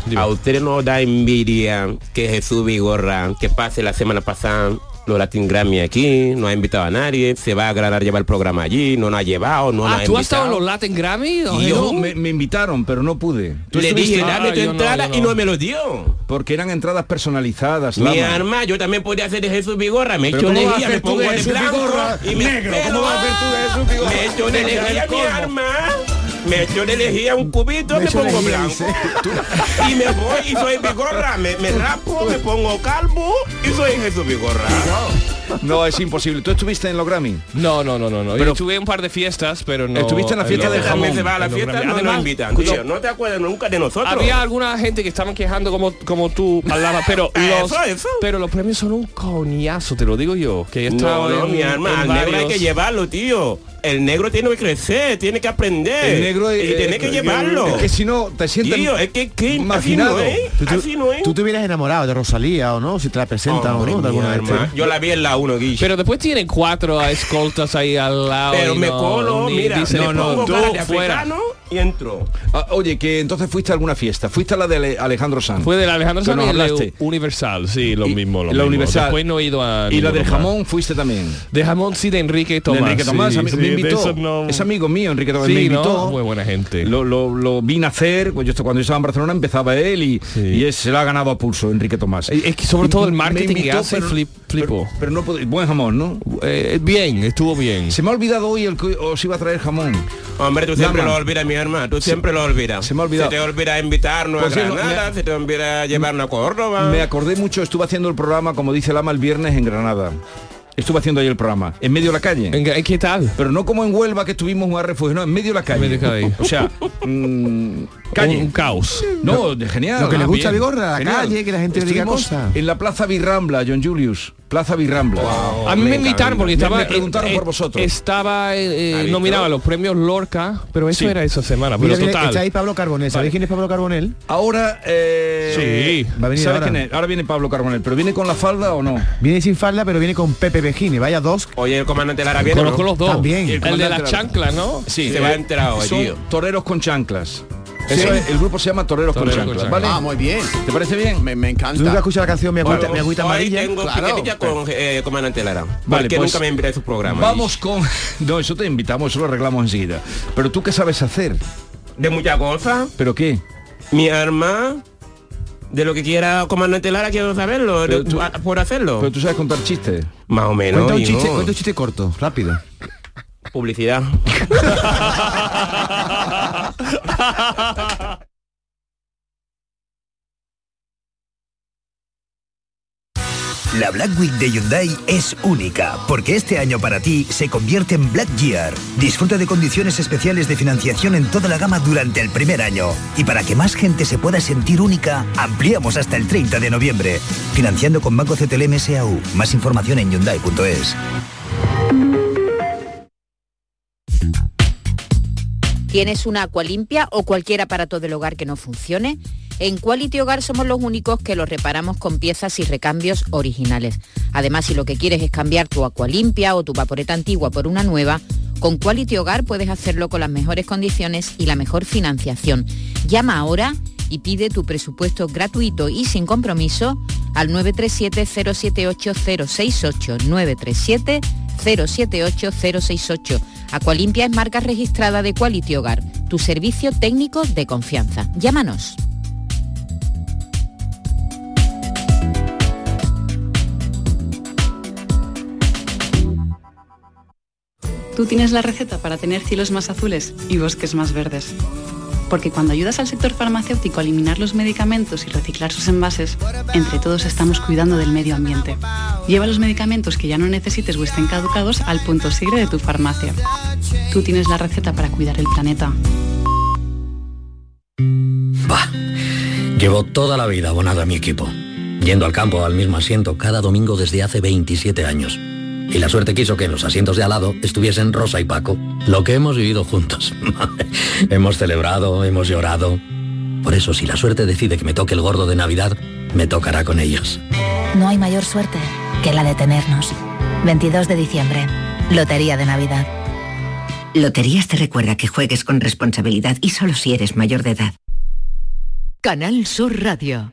Dime.
A ustedes no os da envidia que Jesús Vigorra, que pase la semana pasada los Latin Grammy aquí, no ha invitado a nadie, se va a Granada a llevar el programa allí, no nos ha llevado, no nos
Ah,
ha
¿tú has estado en los
invitado.
Latin Grammy?
Y
Oye,
Yo
¿no?
me, me invitaron, pero no pude. Tú
Le
estuviste,
dije,
Ah,
dame tu
yo no,
entrada
yo no.
y no me lo dio.
porque eran entradas personalizadas.
Mi
Lama.
arma, yo también podría hacer de Jesús Vigorra, me
Pues Pero ¿cómo vas
echo
a
energía,
hacer
me
tú
pongo
de
de
Jesús
blanco
Vigorra,
y me
negro?
espero,
¿Cómo vas a hacer tú de Jesús Vigorra?
Me echo
Negro,
energía
el
mi
colmo.
arma, me echo de energía un cubito, me,
echo
pongo
energía,
blanco
dice.
y me voy y soy Vigorra, me, me rapo, me pongo calvo y soy Jesús Vigorra.
No, es imposible. Tú estuviste en los Grammy.
No, no, no, no, no.
Pero-
Yo estuve en un par de fiestas, pero no.
Estuviste en la fiesta
no,
del
Usted también
jamón.
se va a la
no,
fiesta,
no,
no
además,
nos invitan.
escucha,
tío, no te acuerdas nunca de nosotros.
Había alguna gente que estaban quejando como, como tú hablabas, pero los,
Eso, eso.
pero los premios son un coñazo, te lo digo yo. Que he
No,
estado
no,
en-
mi
en
arma, al negro hay
varios.
que llevarlo, tío. El negro tiene que crecer, tiene que aprender.
El negro
y
eh,
tiene que
eh,
llevarlo.
Es que si no te sientes
Tío, es que, que
marginado.
así no es,
Tú, tú-
eh? así no es.
tú te hubieras enamorado de Rosalía o no, si te la presentan
Hombre,
o no, de alguna
mi
vez.
arma. Yo la vi en la 1, Guille.
Pero después tienen cuatro escoltas ahí al lado.
Pero
y
me
no,
colo,
ni
mira,
dicen,
no,
le
no,
pongo
tú
cara de
fuera.
africano.
y entro.
Ah, oye, que entonces fuiste a alguna fiesta. Fuiste a la de Ale- Alejandro Sanz.
Fue del Alejandro
Que nos
Sanz y el de
hablaste.
Universal, sí, lo
Y-
mismo. Lo
la
mismo.
Universal.
Después no he ido a.
Y la
ninguno
del
más.
jamón fuiste también.
De jamón sí, de Enrique
De
Tomás.
Enrique Tomás
sí,
a mí-
sí,
me
de
invitó.
esos no-
Es amigo mío, Enrique Tomás.
Sí,
me invitó.
¿no? Muy buena gente.
Lo, lo, lo vi nacer, pues yo esto- cuando yo estaba en Barcelona empezaba él y,
Sí. Eh,
y es- se lo ha ganado a pulso Enrique Tomás.
Es que sobre todo el
Me
marketing que hace,
pero-
flip- flipo.
Pero, pero no pude- buen jamón, ¿no?
Eh, bien, estuvo bien.
Se me ha olvidado hoy el que os iba a traer jamón.
Hombre, tú siempre
Lama.
lo olvidas, mi hermano. Tú siempre lo olvidas.
se me ha olvidado.
Se te olvida invitarnos
Por
a
cierto,
Granada,
me-
se te olvida llevarnos a Córdoba.
Me acordé mucho, estuve haciendo el programa, como dice Lama, el viernes en Granada. Estuve haciendo ahí el programa, en medio de la calle.
Venga, ¿Qué tal?
Pero no como en Huelva que estuvimos un refugio, no, en medio de la calle.
En medio de la calle.
O sea, mm, calle.
Un, un caos.
No, de- genial.
Lo que le
Ah,
gusta a
bien.
Vigorra, la
Genial.
calle, que la gente le diga
Estuvimos
cosas.
En la Plaza Birrambla, John Julius.
Plaza Birrambla.
A mí me, invitaron porque
Me-
estaba
me preguntaron
eh,
por vosotros.
Estaba eh, eh, nominado a los premios Lorca, pero eso
Sí.
era esa semana. Pero
Mira, mira,
total.
está ahí Pablo Carbonell. ¿Sabéis quién es Pablo Carbonell?
Ahora eh,
Sí. Va a venir
¿sabes
ahora.
quién es? Ahora viene Pablo Carbonell, pero viene con la falda o no?
Viene sin falda, pero viene con Pepe Bejini. Vaya dos.
Oye, el comandante Lara viene.
Conozco
¿no?
los dos. También.
El,
El de las
chanclas, ¿no?
Sí,
Eh,
se va a enterar hoy,
son
tío.
Toreros con chanclas. Eso es, el grupo se llama Toreros,
Toreros
con
con
chanclas,
chanclas.
¿vale?
Ah, muy
bien.
¿Te parece bien?
Me, me encanta.
¿Tú nunca has escuchado la canción Mi Agüita, Mi Agüita
Hoy
Amarilla?
tengo piquetilla con eh, comandante Lara. porque
pues,
nunca me invita a sus programas.
Vamos con... No, eso te invitamos, eso lo arreglamos enseguida. Pero tú qué sabes hacer.
De muchas cosas.
¿Pero qué?
Mi arma. De lo que quiera comandante Lara, quiero saberlo. de- a- por hacerlo.
Pero tú sabes contar chistes.
Más o menos.
Cuenta un
hijo.
chiste, cuenta un chiste corto, rápido.
Publicidad.
La Black Week de Hyundai es única, porque este año para ti se convierte en Black Gear. Disfruta de condiciones especiales de financiación en toda la gama durante el primer año. Y para que más gente se pueda sentir única, ampliamos hasta el 30 de noviembre. Financiando con Banco CTLM SAU. Más información en Hyundai.es.
¿Tienes una agua limpia o cualquier aparato del hogar que no funcione? En Quality Hogar somos los únicos que los reparamos con piezas y recambios originales. Además, si lo que quieres es cambiar tu agua limpia o tu vaporeta antigua por una nueva, con Quality Hogar puedes hacerlo con las mejores condiciones y la mejor financiación. Llama ahora y pide tu presupuesto gratuito y sin compromiso al 937-078-068, 937-078-068. Aqualimpia es marca registrada de Quality Hogar, tu servicio técnico de confianza. Llámanos.
Tú tienes la receta para tener cielos más azules y bosques más verdes. Porque cuando ayudas al sector farmacéutico a eliminar los medicamentos y reciclar sus envases, entre todos estamos cuidando del medio ambiente. Lleva los medicamentos que ya no necesites o estén caducados al punto sigre de tu farmacia. Tú tienes la receta para cuidar el planeta.
Llevo toda la vida abonado a mi equipo, yendo al campo al mismo asiento cada domingo desde hace 27 años. Y la suerte quiso que en los asientos de al lado estuviesen Rosa y Paco, lo que hemos vivido juntos. hemos celebrado, hemos llorado. Por eso, si la suerte decide que me toque el gordo de Navidad, me tocará con ellos.
No hay mayor suerte que la de tenernos. 22 de diciembre, Lotería de Navidad.
Loterías te recuerda que juegues con responsabilidad y solo si eres mayor de edad.
Canal Sur Radio.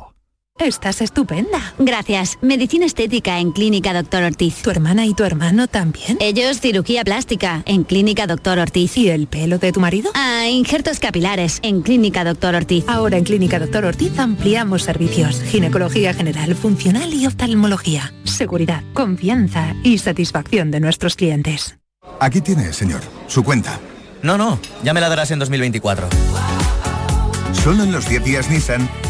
Estás estupenda. Gracias. Medicina estética en Clínica Doctor Ortiz. ¿Tu hermana y tu hermano también? Ellos cirugía plástica en Clínica Doctor Ortiz. ¿Y el pelo de tu marido? Ah, injertos capilares en Clínica Doctor Ortiz.
Ahora en Clínica Doctor Ortiz ampliamos servicios, ginecología general, funcional y oftalmología. Seguridad, confianza y satisfacción de nuestros clientes.
Aquí tiene, señor, su cuenta.
No, no, ya me la darás en 2024.
Solo en los 10 días Nissan,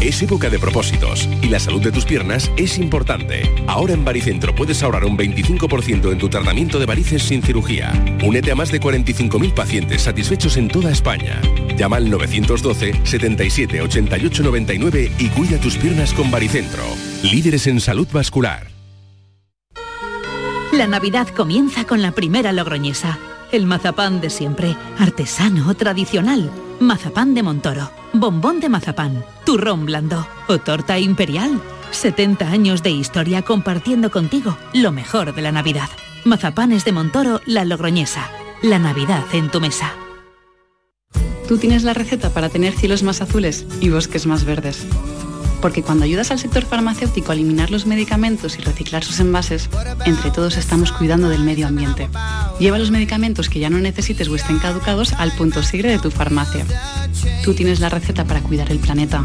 Es época de propósitos y la salud de tus piernas es importante. Ahora en Baricentro puedes ahorrar un 25% en tu tratamiento de varices sin cirugía. Únete a más de 45.000 pacientes satisfechos en toda España. Llama al 912 77 88 99 y cuida tus piernas con Baricentro. Líderes en salud vascular.
La Navidad comienza con la primera logroñesa. El mazapán de siempre, artesano, tradicional. Mazapán de Montoro, bombón de mazapán, turrón blando o torta imperial.
70 años de historia compartiendo contigo lo mejor de la Navidad. Mazapanes de Montoro, La Logroñesa. La Navidad en tu mesa.
Tú tienes la receta para tener cielos más azules y bosques más verdes. Porque cuando ayudas al sector farmacéutico a eliminar los medicamentos y reciclar sus envases, entre todos estamos cuidando del medio ambiente. Lleva los medicamentos que ya no necesites o estén caducados al punto sigre de tu farmacia. Tú tienes la receta para cuidar el planeta.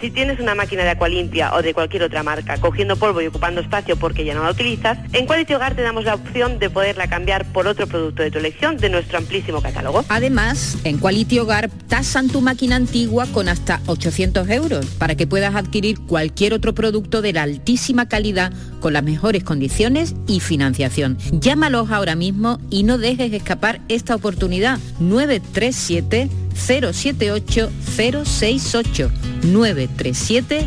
si tienes una máquina de Aqualimpia o de cualquier otra marca cogiendo polvo y ocupando espacio porque ya no la utilizas, en Quality Hogar te damos la opción de poderla cambiar por otro producto de tu elección de nuestro amplísimo catálogo.
Además, en Quality Hogar tasan tu máquina antigua con hasta 800 euros para que puedas adquirir cualquier otro producto de la altísima calidad con las mejores condiciones y financiación. Llámalos ahora mismo y no dejes escapar esta oportunidad. 937 078 068 937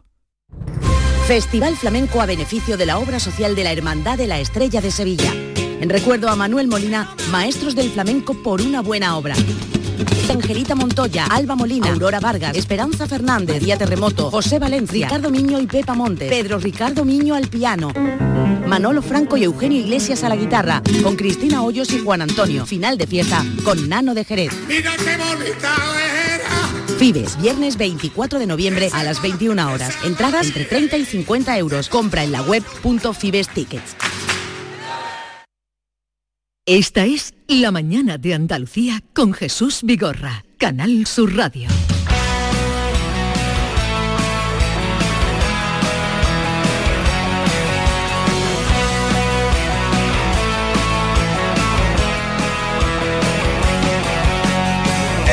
Festival Flamenco a beneficio de la obra social de la Hermandad de la Estrella de Sevilla. En recuerdo a Manuel Molina, Maestros del Flamenco por una buena obra. Angelita Montoya, Alba Molina, Aurora Vargas, Esperanza Fernández, Día Terremoto, José Valencia, Ricardo Miño y Pepa Montes, Pedro Ricardo Miño al piano, Manolo Franco y Eugenio Iglesias a la guitarra, con Cristina Hoyos y Juan Antonio. Final de fiesta con Nano de Jerez.
Mira qué bonita era.
Fibes, viernes 24 de noviembre a las 21 horas. Entradas entre 30 y 50 euros. Compra en la web punto Fibes Tickets.
Esta es La mañana de Andalucía con Jesús Vigorra, Canal Sur Radio.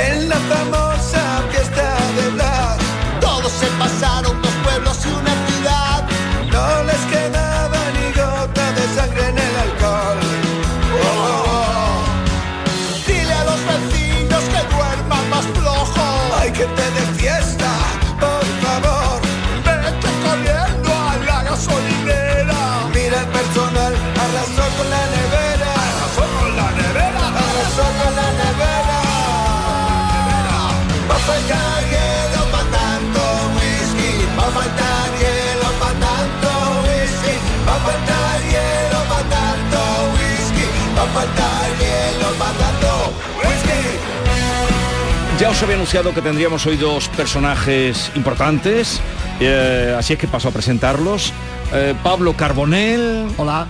En la famosa fiesta de Blas, todos se pasaron dos pueblos y una ciudad. No les quedaba ni gota de sangre en el alcohol. Oh, oh, oh. Dile a los vecinos que duerman más flojo. Ay,
Ya os había anunciado que tendríamos hoy dos personajes importantes, eh, así es que paso a presentarlos. Eh, Pablo Carbonell. Hola.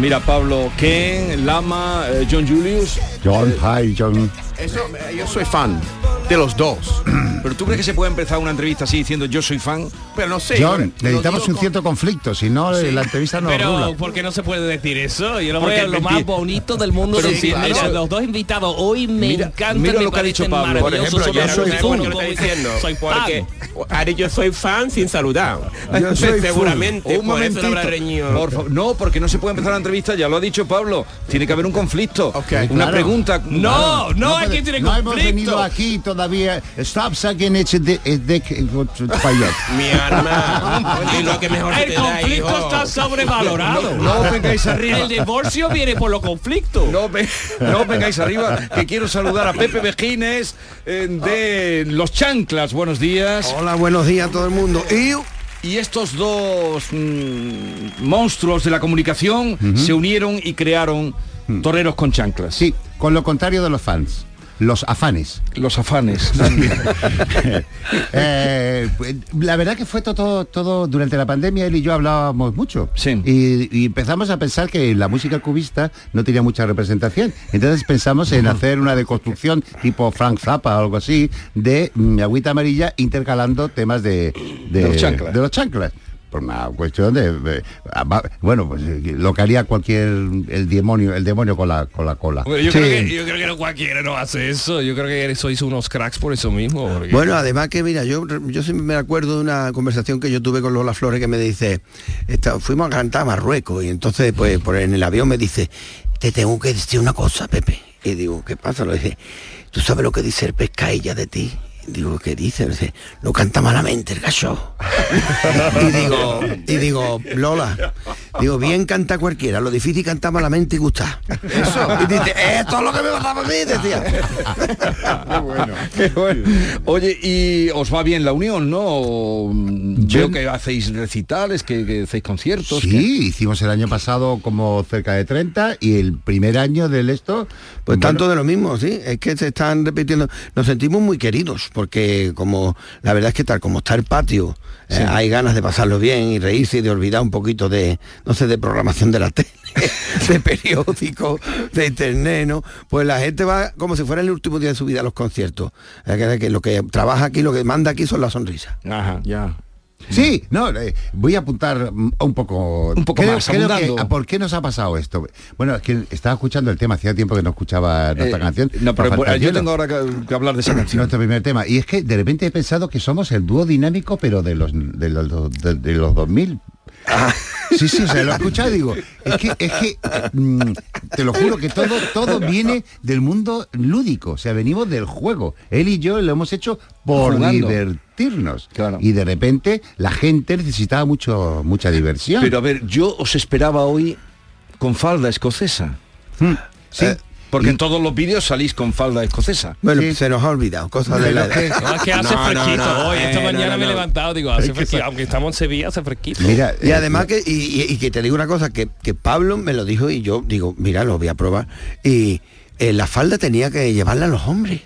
mira, Pablo Ken, Lama, eh, John Julius.
John, hi, John.
Eso, eh, yo soy fan de los dos. ¿Pero tú crees que se puede empezar una entrevista así diciendo yo soy fan? Pero no sé.
John, necesitamos un cierto conflicto, si no, la entrevista no
Pero
rula.
¿por qué no se puede decir eso? Yo lo
Porque
veo lo
mentí-
más bonito del mundo.
Pero
de-
sí,
mira,
claro.
los dos invitados hoy me encantan.
mira
me
lo que ha dicho
parecen
Pablo. Por
maravillosos,
ejemplo, yo
son
soy
fútbol,
fan. Lo que está diciendo.
Soy fan.
Porque ahora yo soy fan sin saludar.
Yo soy
Seguramente.
full.
por eso lo habrá
momentito.
reñido.
Por favor, no, porque no se puede empezar la entrevista, ya lo ha dicho Pablo. Tiene que haber un conflicto. Una
Claro.
pregunta.
Claro. puede- No hemos venido aquí todavía. Stop sagging it de, de,
Mi alma. y lo que mejor
El conflicto está sobrevalorado.
No, no vengáis arriba.
El divorcio viene por los conflictos.
No, ve- no vengáis arriba, que quiero saludar a Pepe Vejines eh, de Los Chanclas. Buenos días.
Hola, buenos días a todo el mundo. Y,
y estos dos mm, monstruos de la comunicación se unieron y crearon Toreros con Chanclas.
Sí, con lo contrario de los fans. Los afanes.
Los afanes.
Eh, pues, la verdad que fue to- todo, todo durante la pandemia él y yo hablábamos mucho y, y empezamos a pensar que la música cubista no tenía mucha representación entonces pensamos en hacer una deconstrucción tipo Frank Zappa o algo así de mm, agüita amarilla intercalando temas de,
De los chanclas.
de los chanclas. por una cuestión de, de- ama- bueno pues eh, lo que haría cualquier el demonio el demonio con la con la cola
Bueno, yo,
Sí.
creo que, yo creo que no cualquiera no hace eso. Yo creo que sois unos cracks por eso mismo. porque-
Bueno, además que mira, yo, yo siempre me acuerdo de una conversación que yo tuve con Lola Flores que me dice, "Esta- fuimos a cantar a Marruecos y entonces pues por, en el avión me dice, te tengo que decir una cosa, Pepe. Y digo, ¿qué pasa? Lo dice, ¿tú sabes lo que dice el pescailla de ti? Digo, ¿qué dice? Dice, no canta malamente el gallo. y digo, y digo, Lola, digo, bien canta cualquiera, lo difícil canta malamente y gusta. Eso. Y dice, esto es lo que me pasaba a mí, decía.
Ah, Qué bueno. Oye, y os va bien la unión, ¿no? O, mm,
Yo-
Veo que hacéis recitales, que, que hacéis conciertos.
Sí, hicimos el año pasado como cerca de 30 y el primer año del esto...
Pues tanto de lo mismo, sí. Es que se están repitiendo. Nos sentimos muy queridos porque como la verdad es que tal como está el patio, eh, hay ganas de pasarlo bien y reírse y de olvidar un poquito de, no sé, de programación de la tele, de periódico, de internet, ¿no? Pues la gente va como si fuera el último día de su vida a los conciertos. La verdad es que lo que trabaja aquí, lo que manda aquí son las sonrisas.
Ajá, ya.
Sí, no, eh, voy a apuntar mm, un poco... Un
poco más, abundando.
¿Por qué nos ha pasado esto? Bueno, es que estaba escuchando el tema, hacía tiempo que no escuchaba nuestra
Eh,
canción.
No, pero
Rafael
eh, yo
Cardiolo,
tengo ahora que, que hablar de esa canción.
Nuestro primer tema. Y es que de repente he pensado que somos el dúo dinámico, pero de los, de los, de- de los 2000.
Ah.
Sí, sí, o sea, lo he escuchado y digo, es que, es que, eh, mm, te lo juro que todo, todo viene del mundo lúdico, o sea, venimos del juego. Él y yo lo hemos hecho por
Jugando.
divertirnos. Y de repente la gente necesitaba mucho, mucha diversión.
Pero a ver, yo os esperaba hoy con falda escocesa.
sí.
porque en todos los vídeos salís con falda escocesa.
Bueno, se nos ha olvidado, cosas de la edad.
No, es que hace fresquito hoy.
eh,
Esta
eh,
mañana me he levantado, digo, hace fresquito. Aunque estamos en Sevilla, hace fresquito.
y además que, y, y- y que te digo una cosa, que, que Pablo me lo dijo y yo digo, mira, lo voy a probar. Y eh, la falda tenía que llevarla a los hombres.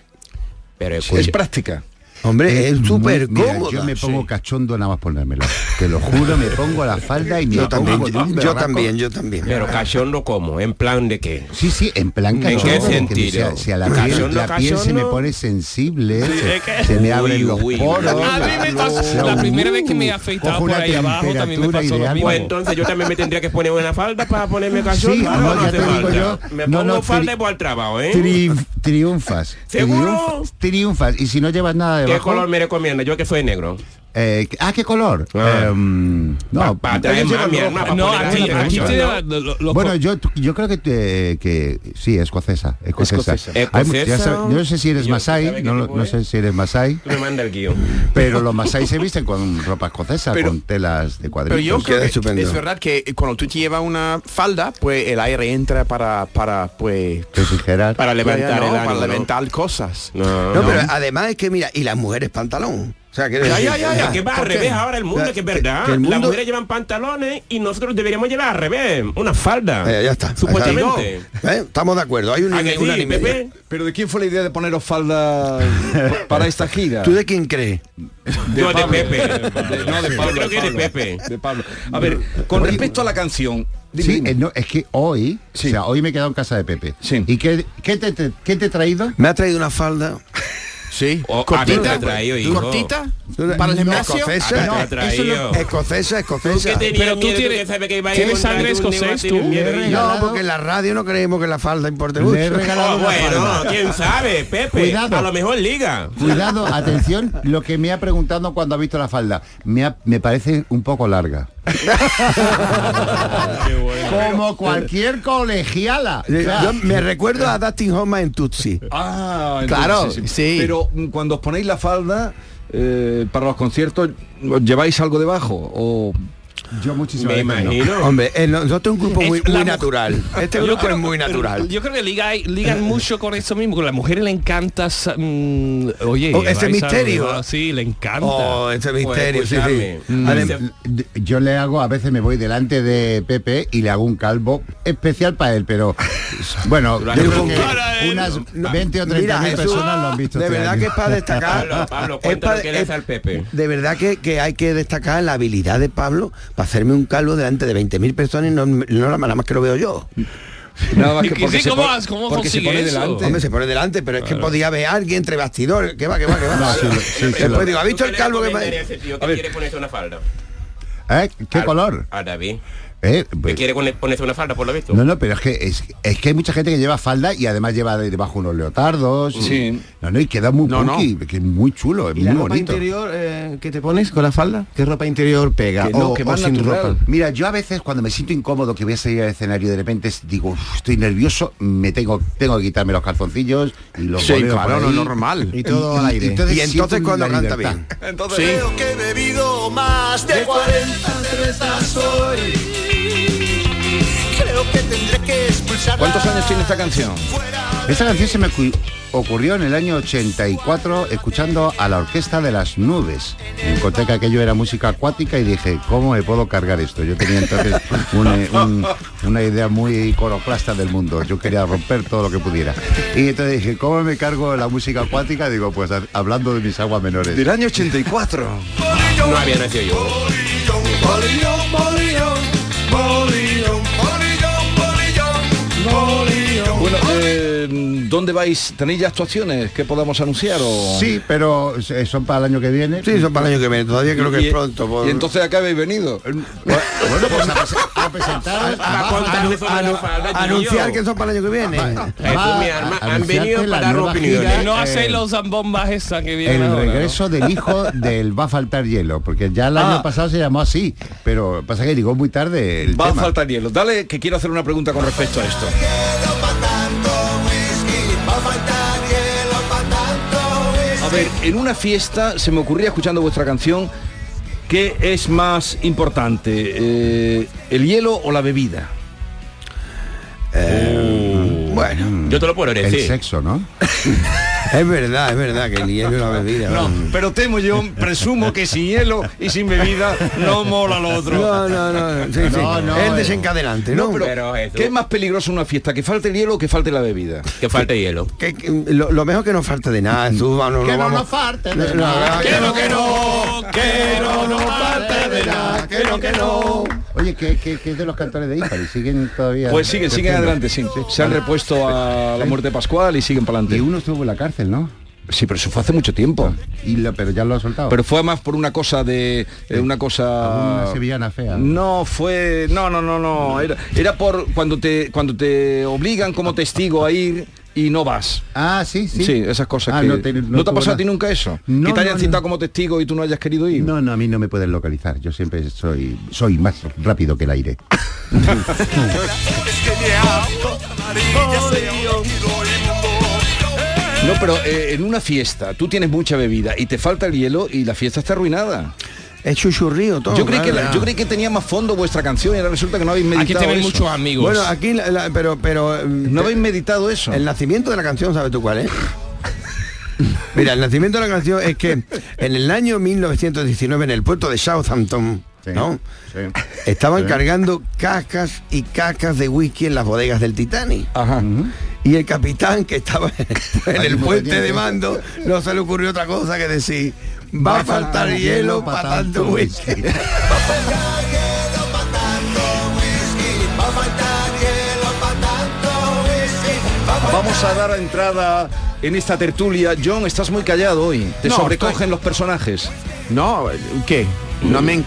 Pero
es práctica.
Hombre, es
muy-
súper
mira,
cómoda.
Yo me
Sí.
pongo cachondo nada más ponérmela. Te lo juro, me pongo la falda y me
Yo también,
pongo de un
yo- yo
berraco.
también, yo también.
Pero cachondo como, en plan de qué.
Sí, sí, en plan
¿En
cachondo,
qué
porque
sentido?
sea- sea la piel,
Cachondo,
la piel se me
cachondo.
pone sensible, se,
es que-
se me
Uy,
abren los
uy, uy.
poros.
A mí me pasó-
sea,
la primera
uh,
vez que me he
afeitado
por ahí abajo
también me temperatura pasó lo ideal. mismo.
Pues entonces yo también me tendría que poner una falda para ponerme cachondo.
Sí,
Claro,
no,
no
ya
hace
te digo
falta.
yo,
Me
no,
pongo
no,
falda
tri-
y voy al trabajo, ¿eh?
tri- triunfas.
¿Seguro?
Triunf- triunfas. Y si no llevas nada
¿Qué
debajo...
color me recomienda? Yo que soy negro.
eh, ah, ¿qué color? Eh, no,
pa traer
ellos llevan
mami,
rojo.
hermano, pa No, poner aquí- aquí aquí te lleva- lo- lo- lo-
Bueno, yo, yo creo que, te- que sí, escocesa. Escocesa.
Escocesa.
Eh, pues
Hay mu- ya
Escocesa.
sabes- yo no sé si eres masái, no, lo- no sé si eres masái.
Tú me manda el guión.
Pero los masáis se visten con ropa escocesa, con telas de cuadritos.
Pero yo creo que es verdad que cuando tú te llevas una falda, pues el aire entra para, para pues...
Refrigerar.
Para
levantar el
Para
ánimo, ¿no?
levantar cosas.
No, pero además es que mira, y las mujeres pantalón. O
sea, quiero
Ya,
decir-
ya, ya, ya, que va al
¿Por qué?
revés ahora el mundo,
Ya,
que es verdad.
que el
Las
mundo-
mujeres llevan pantalones y nosotros deberíamos llevar al revés, una falda.
Eh, ya está.
Supuestamente.
Exacto. ¿Eh? Estamos de acuerdo. Hay un
¿A que sí, Pepe?
Pero ¿de quién fue la idea de poneros falda para esta gira?
¿Tú de quién crees?
No, de
Pablo.
Pepe.
De- no, de
Yo creo
Pablo. de
que de
Pablo.
Pepe.
De Pablo. A ver, con respecto a la canción.
Sí, eh, no, es que hoy, o sea, hoy me he quedado en casa de Pepe. ¿Y qué, qué te, te- qué te he traído?
Me ha traído una falda. Sí.
a mí me ha traído, hijo.
¿Cortita?
¿Para el gimnasio? Ah,
Escocesa.
A mí me ha
No, eso no-
traído.
escocesa, escocesa.
¿Tú qué tenías Pero tú miedo? ¿Tú tienes- que sabes que iba a ir tienes con sangre algún escocés, negativo? tú? Miedo y
No,
nada.
porque en la radio no creemos que la falda importe mucho.
Le he regalado
Oh,
una
bueno,
falda.
quién sabe, Pepe.
Cuidado.
A lo mejor liga.
Cuidado, atención, lo que me ha preguntado cuando ha visto la falda. Me, ha- me parece un poco larga. Como cualquier colegiala.
Eh, Yo
Claro.
me recuerdo a Dustin Hoffman en Tutsi.
Ah,
Claro,
entonces
sí.
Pero mm, cuando os ponéis la falda eh, para los conciertos, ¿os ¿lleváis algo debajo? O...
Yo muchísimo.
Me imagino. Hombre, eh, no- nosotros un grupo muy,
Es la
muy
mujer-
natural. Este
Yo
grupo
creo-
es muy natural.
Yo creo que liga- ligan mucho con eso mismo, que a la mujer le encanta... sa- mm, oye,
Oh, este
vais a-
misterio.
sí, le encanta.
Oh, este misterio, sí, sí.
Mm,
Adem-
yo le hago, a veces me voy delante de Pepe y le hago un calvo especial para él, pero bueno, yo creo que unas 20 o 30 mil
Jesús,
personas lo han visto.
De
este
verdad
año.
que es para destacar.
Pablo, Pablo,
es
cuéntalo
para-
qué le hace
es-
al Pepe.
De verdad que, que hay que destacar la habilidad de Pablo para hacerme un calvo delante de 20.000 personas y no, no la nada más que lo veo yo.
Nada más que porque se pone- porque se pone delante.
Hombre, se pone delante, pero es que podía ver a alguien entre bastidores. Que va, que va, que va.
No, sí, sí, sí,
Después
lo-
digo, ¿ha visto
¿Tú
el
qué le
calvo que me-
recomendarías a ese tío que quiere ponerse una falda?
¿Eh? ¿Qué color?
A David.
Eh,
Que
pues-
quiere pone- ponerse una falda, por lo visto.
No, no, pero es que es, es que hay mucha gente que lleva falda y además lleva de- debajo unos leotardos.
Sí.
No, no, y queda muy
No, no.
punky, que es muy chulo, es
¿Y
muy
la ropa
bonito.
interior eh, que te pones con la falda? ¿Qué ropa interior pega?
Que no,
o,
que
o
más
sin
natural.
ropa.
Mira, yo a veces cuando me siento incómodo que voy a salir al escenario de repente digo, "Uf, estoy nervioso, me tengo tengo que quitarme los calzoncillos y los
Sí,
boleo
claro,
por
no,
ahí.
normal. Y todo al aire. Y entonces
siento
cuando
la
canta
libertad.
bien.
Sí.
Creo que he bebido más de 40 cervezas hoy. Creo que tendré que expulsar.
¿Cuántos años tiene esta canción? Esta canción se me ocu- ocurrió en el año 84 escuchando a la Orquesta de las Nubes. En conté que aquello era música acuática y dije, ¿cómo me puedo cargar esto? Yo tenía entonces una, un- una idea muy iconoclasta del mundo. Yo quería romper todo lo que pudiera. Y entonces dije, ¿cómo me cargo la música acuática? Digo, pues ha- hablando de mis aguas menores.
Del año 84.
No había nacido yo.
Bolillón, bolillón, bolillón, bolillón, bolillón, bolillón.
Bueno, eh, ¿dónde vais? ¿Tenéis ya actuaciones que podamos anunciar? O...
Sí, pero eh, son para el año que viene.
Sí, son para el año que viene, todavía creo que
Y-
es pronto. por- Este
Y entonces acá habéis venido.
Bueno, pues a prese- a presentar
Anunciar que son para el año que viene.
Jesús, mi arma, han venido para dar opiniones.
No
eh,
hacéis los zambombas esas que vienen
El
ahora, ¿no?
regreso del hijo del Va a faltar hielo, porque ya el
Ah.
año pasado se llamó así, pero pasa que llegó muy tarde el
Va a
tema.
faltar hielo. Dale, que quiero hacer una pregunta con respecto a esto. A ver, en una fiesta se me ocurría escuchando vuestra canción, ¿qué es más importante? eh, ¿El hielo o la bebida?
bueno,
yo te lo puedo
El
decir.
sexo, ¿no?
Es verdad, es verdad que el hielo es la bebida.
No,
vamos.
pero temo yo, presumo que sin hielo y sin bebida no mola lo otro.
No, no, no, sí, sí. Es desencadenante, ¿no?
pero,
Pero eso-
¿qué es más peligroso en una fiesta? ¿Que falte el hielo o que falte la bebida?
Que falte hielo.
Que- que- lo, lo mejor que no falte de nada, tú, no, no
que no
vamos-
nos falte de
No,
nada.
que no, que
no,
que no nos
falte de nada, que no, que no. Oye, que, que, que es de los cantores de Ípar y siguen todavía.
Pues siguen, siguen
creciendo.
adelante, sí. Se han repuesto a la muerte de pascual y siguen para adelante.
Y uno estuvo en la cárcel, ¿no?
Sí, pero eso fue hace mucho tiempo.
Y lo- pero ya lo ha soltado.
Pero fue más por una cosa de eh, una cosa
Una sevillana fea.
No fue, no, no, no, no. Era, era por cuando te cuando te obligan como testigo a ir y no vas.
Ah, sí, sí.
Sí, esas cosas
Ah,
que
no te- no
ha
tuvo
pasado a
nada.
ti nunca eso.
No,
que
no,
te hayan
no.
citado como testigo y tú no hayas querido ir.
No, no, a mí no me pueden localizar. Yo siempre soy soy más rápido que el aire.
No, pero eh, en una fiesta tú tienes mucha bebida y te falta el hielo y la fiesta está arruinada.
Es chuchurrío todo.
yo creí que
claro,
la-
ya.
yo creí que tenía más fondo vuestra canción y ahora resulta que no habéis meditado. eso.
Bueno, aquí, la- la- pero, mm, pero...
No habéis meditado eso.
El nacimiento de la canción, ¿sabes tú cuál es? Mira, el nacimiento de la canción es que en el año 1919 en el puerto de Southampton, ¿no? Estaban
Sí.
cargando cascas y cacas de whisky en las bodegas del Titanic. Y el capitán que estaba en el puente de mando no se le ocurrió otra cosa que decir, va a faltar hielo para tanto whisky.
Vamos a dar entrada en esta tertulia. John, estás muy callado hoy. Te
No,
sobrecogen los personajes.
No, ¿qué? No me...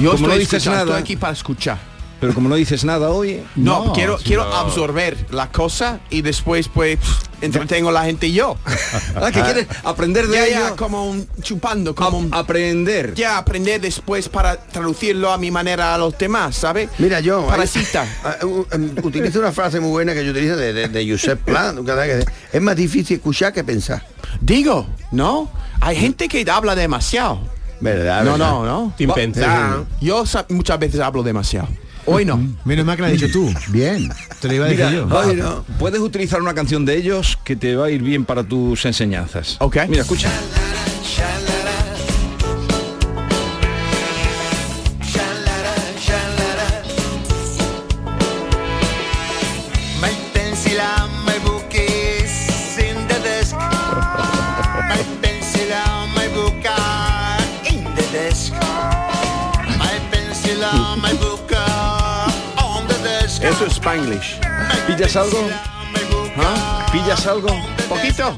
Yo
como no
estoy
dices
escuchando,
nada,
estoy aquí para escuchar.
pero como no dices nada hoy...
No, quiero,
sí,
quiero
no.
absorber la cosa y después pues pff, entretengo a la gente yo.
Ah, que quieres aprender de
ya, ya,
ello.
como un chupando, como un...
Aprender.
Ya, aprender después para traducirlo a mi manera a los demás, ¿sabes?
Mira, yo...
Parasita.
Ah, eh, em, Utiliza una frase muy buena que yo utilizo de, de, de Josep Pla, cada vez que- Es más difícil escuchar que pensar.
Digo, ¿no? Hay gente que habla demasiado.
¿Verdad?
No,
verdad?
no, no.
Sin
Va-
pensar.
Sí. Yo sa- muchas veces hablo demasiado. Hoy no.
Menos mal que lo has dicho tú.
Bien.
Te lo iba a decir
Mira,
yo.
oye, puedes utilizar una canción de ellos que te va a ir bien para tus enseñanzas. Ok. Mira, escucha.
Eso es Spanglish.
¿Pillas algo?
¿Ah?
¿Pillas algo?
Poquito.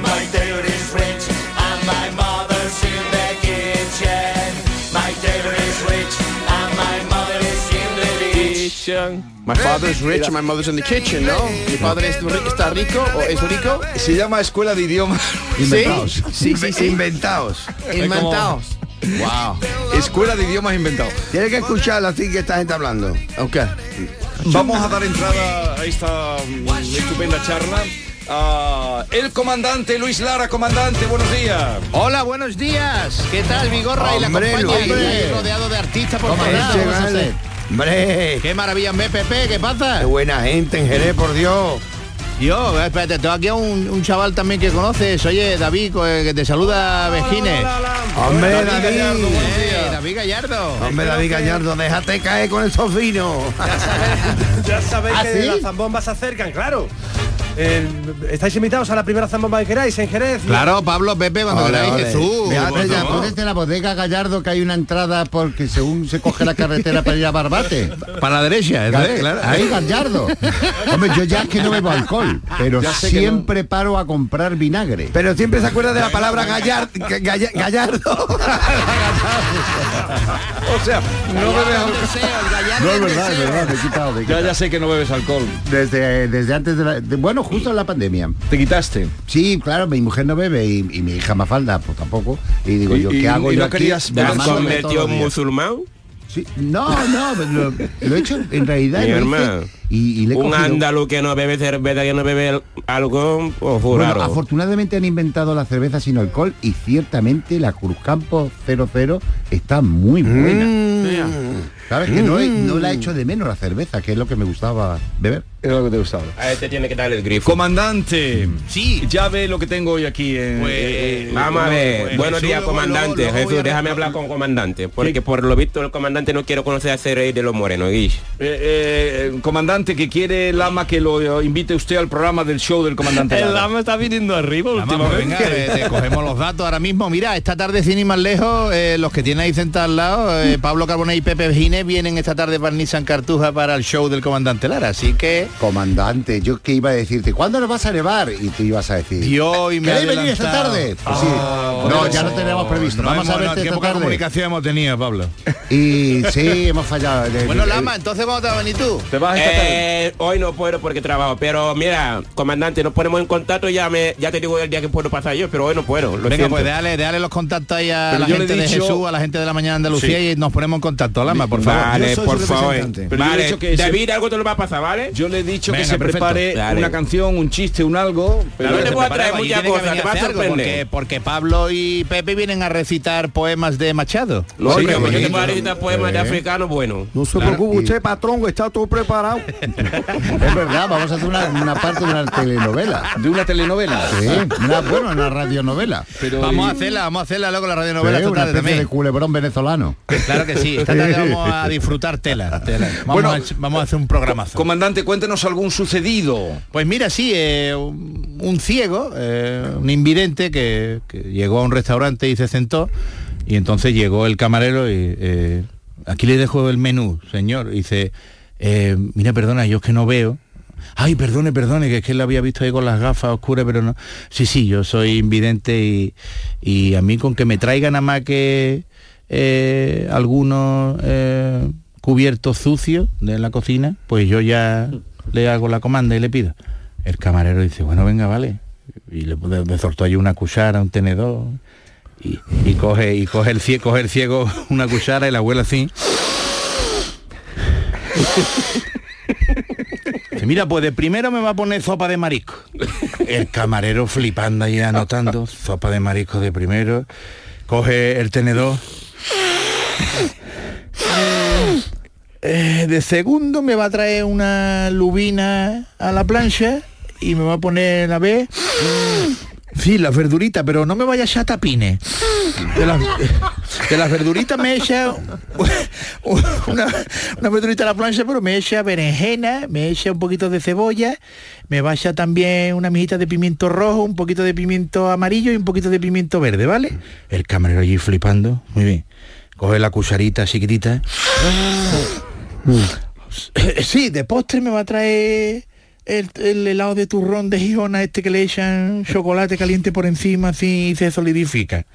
My tailor is rich and my mother's in the kitchen. My tailor is rich and my mother is in the kitchen.
My father's rich, my mother's in the kitchen, ¿no? Mi padre es ri- está rico o es rico.
Se llama Escuela de Idiomas.
Inventados. Sí, sí, sí.
Inventados.
Inventados.
Wow.
Escuela de idiomas inventados.
Tienes que escuchar así que esta gente hablando.
Ok.
Vamos a dar entrada a esta mm, estupenda charla. a el comandante Luis Lara, comandante, buenos días.
Hola, buenos días. ¿Qué tal, Vigorra y la
Hombre,
compañía?
Luis.
Estoy rodeado de artistas por todos
Hombre,
lados.
este
¿qué vas a
vale.
hacer?
Hombre,
¡Qué maravilla, MPP! ¿Qué pasa?
qué buena gente en Jerez, por Dios.
Yo, espérate, tengo aquí a un, un chaval también que conoces. Oye, David, co- eh, que te saluda Vejines.
Hombre, David.
Eh, David Gallardo.
Hombre, David Gallardo, déjate caer con esos vinos.
Ya sabéis
¿Ah,
que
sí?
las zambombas se acercan, claro. El- estáis invitados a la primera zambomba que queráis en Jerez.
Claro, Pablo, Pepe, cuando
Ole,
queráis,
ole.
Jesús.
Fíjate ya, pones de pues este la bodega Gallardo que hay una entrada porque según se coge la carretera para ir a Barbate.
Para la derecha,
Ga-
¿eh? claro.
Ahí Gallardo. Hombre, yo ya es que no bebo alcohol, pero
Ya sé que
siempre paro a comprar vinagre.
Pero siempre se acuerda de la palabra gallar- ga- galla- gallardo.
o sea, no bebes alcohol.
No, es verdad, es verdad, me he quitado. me he
Ya,
quitado.
ya sé que no bebes alcohol.
Desde, desde antes de la... de- bueno, justo en la pandemia.
¿Te quitaste?
Sí, claro, mi mujer no bebe y, y mi hija Mafalda pues tampoco. Y digo
¿Y-
yo, ¿qué
y-
hago
y
yo
no
aquí
querías- te has
mamándome
convertido
todos los
en
días?
musulmán?
Sí, no, no, lo, lo he hecho en realidad.
Mi
lo hice
hermano.
y, y le he
Un
cogido-
ándalo que no bebe cerveza, que no bebe algo, o
Bueno,
jurado.
afortunadamente han inventado la cerveza sin alcohol y ciertamente la Cruzcampo 00 está muy buena.
Mm.
¿Sabes? Que no, he- no la he hecho de menos la cerveza, que es lo que me gustaba beber.
Es lo que te gustaba.
A este tiene que dar el grifo.
Comandante, sí. ya ve lo que tengo hoy aquí en... eh, eh,
Pues, Vamos a
bueno,
ver,
bueno,
buenos
Jesús,
días
luego-
comandante.
luego- luego voy
Jesús,
a-
déjame hablar con comandante, porque por lo visto el comandante no quiere conocer a ese rey de los morenos, Guish.
Eh, eh, comandante, que quiere Lama que lo eh, invite usted al programa del show del comandante.
El
Lama.
lama está viniendo arriba
Vamos, venga,
últimamente.
eh, te cogemos los datos ahora mismo. Mira, esta tarde, sin ir más lejos, eh, los que tienen ahí sentados al lado, eh, Pablo Carbonell y Pepe Gines vienen esta tarde para Nissan Cartuja para el show del comandante Lara. Así que...
Comandante, yo que iba a decirte, ¿cuándo nos vas a nevar? Y tú ibas a decir,
Dios, y me ha
¿queréis venir esta
adelantado.
tarde? Pues sí. no,
Ah, bueno.
ya lo teníamos previsto.
No
Vamos
hemos-
a
no,
verte
qué
esta
poca
tarde.
comunicación hemos tenido, Pablo.
Y sí, hemos fallado.
Bueno, Lama, entonces ¿cuándo te vas a venir tú?
¿Te
Eh, hoy no puedo porque trabajo, pero mira, comandante, nos ponemos en contacto ya me, ya te digo el día que puedo pasar yo, pero hoy no puedo. Lo
Venga,
siento.
pues déjale, déjale los contactos ahí a
Pero
la
yo le he
gente de
dicho-
Jesús, a la gente de la mañana de Andalucía
Sí.
y nos ponemos en contacto, Lama, por
favor.
Vale,
Yo soy
por
su
favor.
representante. Pero yo le he
Vale,
dicho que se-
David, algo te lo va a pasar, ¿vale?
Yo le he dicho que
Venga,
se
perfecto.
prepare
Dale.
una canción, un chiste, un algo. Pero
Ahora
que
te
se
voy a traer
prepare.
muy-
Y tiene
cosa,
que
te
venir a
va a
hacer algo,
sorprender.
porque, porque Pablo y Pepe vienen a recitar poemas de Machado.
Lo sí, hombre, yo te puedo recitar poemas de
Eh.
africano bueno.
No se preocupe usted, patrón, está todo preparado.
Es verdad, vamos a hacer una, una parte de una telenovela.
¿De una telenovela?
Sí,
Ah,
una, bueno, una radionovela.
vamos a hacerla, vamos a hacerla luego la radionovela
Sí,
esta
una
tarde
especie de
también.
culebrón venezolano.
Claro que sí, esta tarde vamos a disfrutar tela. tela. Vamos, a, vamos a hacer un programazo.
Comandante, cuéntenos algún sucedido.
Pues mira, sí, eh, un un ciego, eh, un invidente que, que llegó a un restaurante y se sentó y entonces llegó el camarero y eh, aquí le dejo el menú, señor. Y dice, eh, mira, perdona, yo es que no veo. Ay, perdone, perdone, que es que lo había visto ahí con las gafas oscuras, pero no. Sí, sí, yo soy invidente y, y a mí con que me traigan a más que eh, algunos eh, cubiertos sucios de la cocina, pues yo ya le hago la comanda y le pido. El camarero dice, bueno, venga, vale. Y le, le soltó allí una cuchara, un tenedor. Y, y coge, y coge el ciego, coge el ciego una cuchara y la abuela así. Dice, Mira, pues de primero me va a poner sopa de marisco. El camarero flipando y anotando, sopa de marisco de primero. Coge el tenedor. Eh, de segundo me va a traer una lubina a la plancha y me va a poner la B. Sí, las verduritas, pero no me vaya a echar tapines. De las, de las verduritas me echa una, una verdurita a la plancha, pero me echa berenjena, me echa un poquito de cebolla, me va a echar también una mijita de pimiento rojo, un poquito de pimiento amarillo y un poquito de pimiento verde, ¿vale? El camarero allí flipando, muy bien. Coge la cucharita chiquitita. ¿eh? Ah. Sí, de postre me va a traer el, el helado de turrón de Gijona, este que le echan chocolate caliente por encima, así y se solidifica.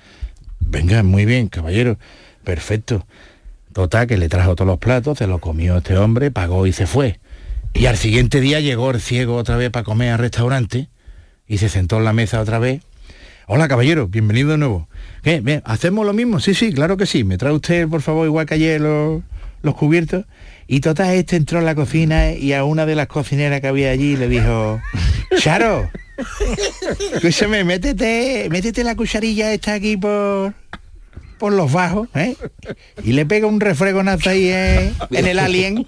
Venga, muy bien, caballero. Perfecto. Total, que le trajo todos los platos, se lo comió este hombre, pagó y se fue. Y al siguiente día llegó el ciego otra vez para comer al restaurante y se sentó en la mesa otra vez. Hola, caballero, bienvenido de nuevo. ¿Qué? Bien, ¿Hacemos lo mismo? Sí, sí, claro que sí. Me trae usted, por favor, igual que ayer los, los cubiertos. Y total, este entró en la cocina y a una de las cocineras que había allí le dijo, Charo, escúchame, Pues métete, métete la cucharilla esta aquí por, por los bajos, ¿eh? Y le pega un refregonazo ahí ¿eh? en el alien.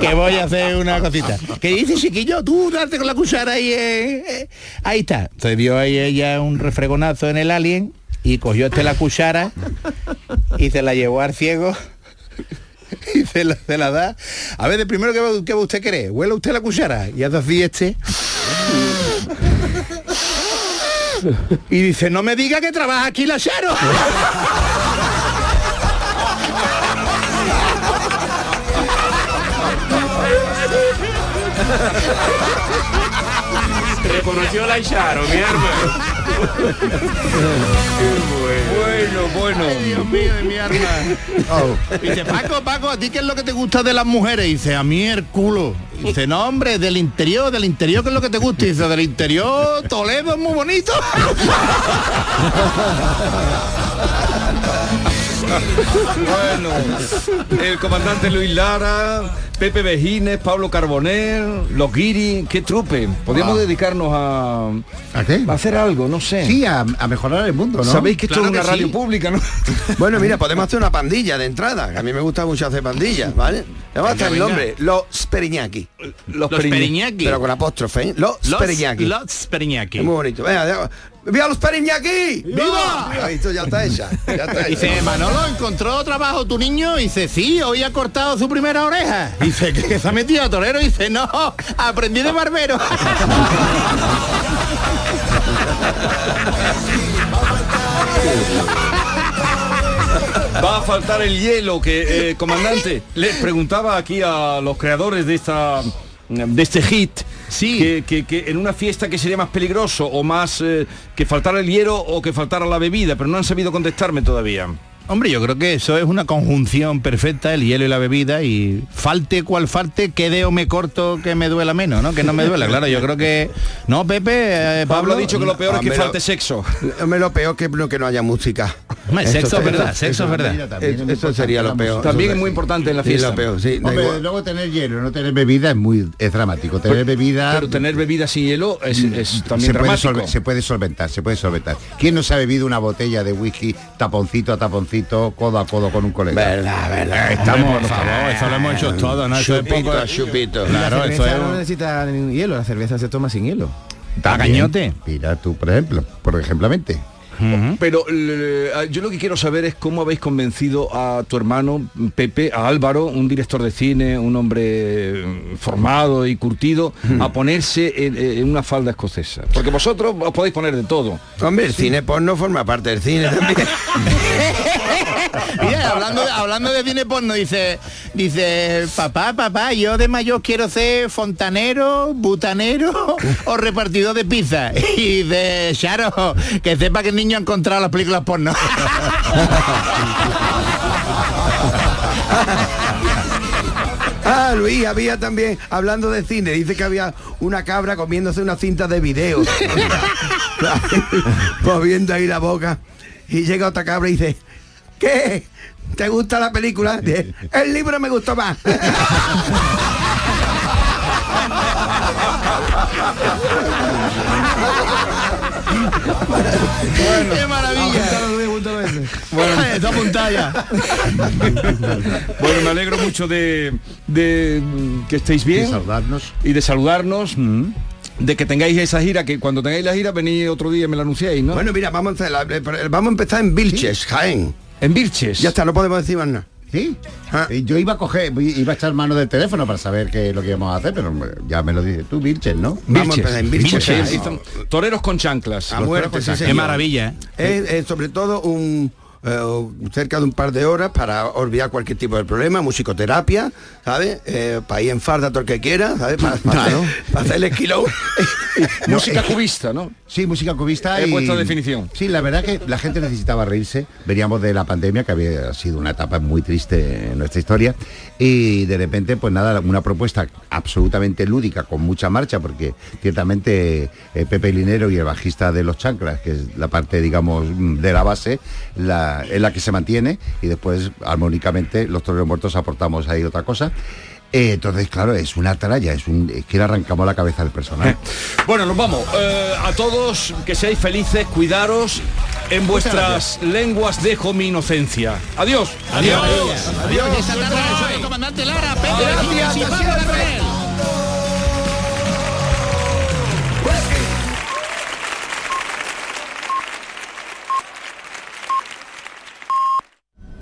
que voy a hacer una cosita. Que dice chiquillo, tú darte con la cuchara ahí. eh, eh. Ahí está. Se dio ahí ella un refregonazo en el alien y cogió este la cuchara y se la llevó al ciego. Y se la, se la da. A ver, de primero, ¿qué va, qué va usted querer? ¿Huele usted la cuchara? Y hace así este. Y dice, no me diga que trabaja aquí la Charo.
Reconoció la Charo, mi hermano.
Bueno,
Dios mío, de mi arma. Dice, Paco, Paco, ¿a ti qué es lo que te gusta de las mujeres? Dice, a mí el culo. Dice, no, hombre, del interior, del interior, ¿qué es lo que te gusta? Dice, del interior, Toledo es muy bonito.
bueno, el comandante Luis Lara, Pepe Vejines, Pablo Carbonel, los Guiri, qué trupe. Podríamos
Ah.
dedicarnos a,
¿A qué?
a hacer algo, no sé.
Sí, a, a mejorar el mundo, ¿no?
Sabéis que esto es una radio pública, ¿no?
Bueno, mira, podemos hacer una pandilla de entrada. que A mí me gusta mucho hacer pandillas, ¿vale? Le a
Venga,
el
venga.
nombre, Los Periñaki.
Los Los Periñaki. Periñaki.
Pero con apóstrofe, ¿eh? Los,
Los-
Periñaki.
Los
Periñaki. muy bonito. Venga, ya- ¡Viva los Periñaki! ¡Viva! Esto ya está hecha. Ya está hecha.
Dice, Manolo, ¿encontró trabajo tu niño? Dice, sí, hoy ha cortado su primera oreja. Dice, que se ha metido a torero? Dice, no, aprendí de barbero.
Va a faltar el hielo que, eh, comandante, les preguntaba aquí a los creadores de esta de este hit sí. que, que- que en una fiesta que sería más peligroso o más eh, que faltara el hielo o que faltara la bebida, pero no han sabido contestarme todavía.
Hombre, yo creo que eso es una conjunción perfecta, el hielo y la bebida, y falte cual falte, quede o me corto que me duela menos, ¿no? Que no me duela, claro, yo creo que... No, Pepe, eh, Pablo,
Pablo ha dicho que lo peor es que falte sexo.
Ah, Hombre, lo peor que no, que no haya música.
Hombre,
Esto
sexo es
está-
verdad,
esto-
sexo es verdad.
Eso, sería lo peor. Eso- Sí, lo peor, sí. da
Hombre,
igual.
luego tener hielo, no tener bebida es muy es dramático. Tener bebida mm,
Pero tener bebida sin hielo es, es
se puede,
también dramático.
solve- se puede solventar, se puede solventar. ¿Quién no se ha bebido una botella de whisky taponcito a taponcito, codo a codo con un colega? Eh,
Verdad, verdad.
Estamos,
Por favor, eso lo hemos hecho todos, ¿no? Eso es poco...
chupito.
Claro,
la
eso
cerveza
es...
no
un-
necesita ningún hielo, la cerveza se toma sin hielo.
Tacañote. Mira tú, por ejemplo, por ejemplamente.
Pero le- yo lo que quiero saber es cómo habéis convencido a tu hermano Pepe, a Álvaro, un director de cine, un hombre mm, formado y curtido, a ponerse en, eh, en una falda escocesa. Porque vosotros os podéis poner de todo.
Hombre, el cine porno forma parte del cine también.
Mira, hablando de, hablando de cine porno, dice, dice, papá, papá, yo de mayor quiero ser fontanero, butanero o repartidor de pizza. Y de Charo, que sepa que el niño ha encontrado las películas porno.
Ah, Luis, había también, hablando de cine, dice que había una cabra comiéndose una cinta de video. Moviendo ahí la boca. Y llega otra cabra y dice, ¿qué? ¿Te gusta la película? Dice, El libro me gustó más.
¡Qué maravilla!
Bueno, está apuntada ya. bueno, me alegro mucho de, de, mm, que estéis bien.
De saludarnos.
Y de saludarnos. mm, De que tengáis esa gira, que cuando tengáis la gira venís otro día y me la anunciáis, ¿no?
Bueno, mira, vamos a, hacer la- eh, vamos a empezar en Vilches, Jaén.
En Vilches.
Ya está, no podemos decir más nada. Ah.
Sí. Y Yo iba a coger, iba a echar mano del teléfono para saber qué es lo que íbamos a hacer, pero ya me lo dices tú, Virgen, ¿no?
Vamos a empezar en Vilches.
Vilches.
Vilches.
Toreros con chanclas.
A muerte, sí, señor. Eh, Es, es sobre todo un eh, cerca de un par de horas para olvidar cualquier tipo de problema, musicoterapia, ¿sabes? Eh, para ir en farda todo el que quiera, ¿sabes? Para, para hacer, para hacer el esquilón.
música cubista, ¿no?
eh, Sí, música cubista.
He
y-
puesto definición.
Sí, la verdad que la gente necesitaba reírse. Veníamos de la pandemia, que había sido una etapa muy triste en nuestra historia. Y de repente, pues nada, una propuesta absolutamente lúdica, con mucha marcha, porque ciertamente eh, Pepe Linero y el bajista de Los Chanclas, que es la parte, digamos, mm, de la base, la, es la que se mantiene. Y después, armónicamente, los toreros muertos aportamos ahí otra cosa. Eh, entonces, claro, es una tralla, es, un, es que le arrancamos la cabeza al personal.
Bueno, nos vamos. Eh, a todos, que seáis felices, cuidaros. En
Muchas
vuestras lenguas dejo mi inocencia. Adiós.
Adiós. Esta tarde, comandante Lara, Pepe,
Gracias,
Gracias,
hasta siempre.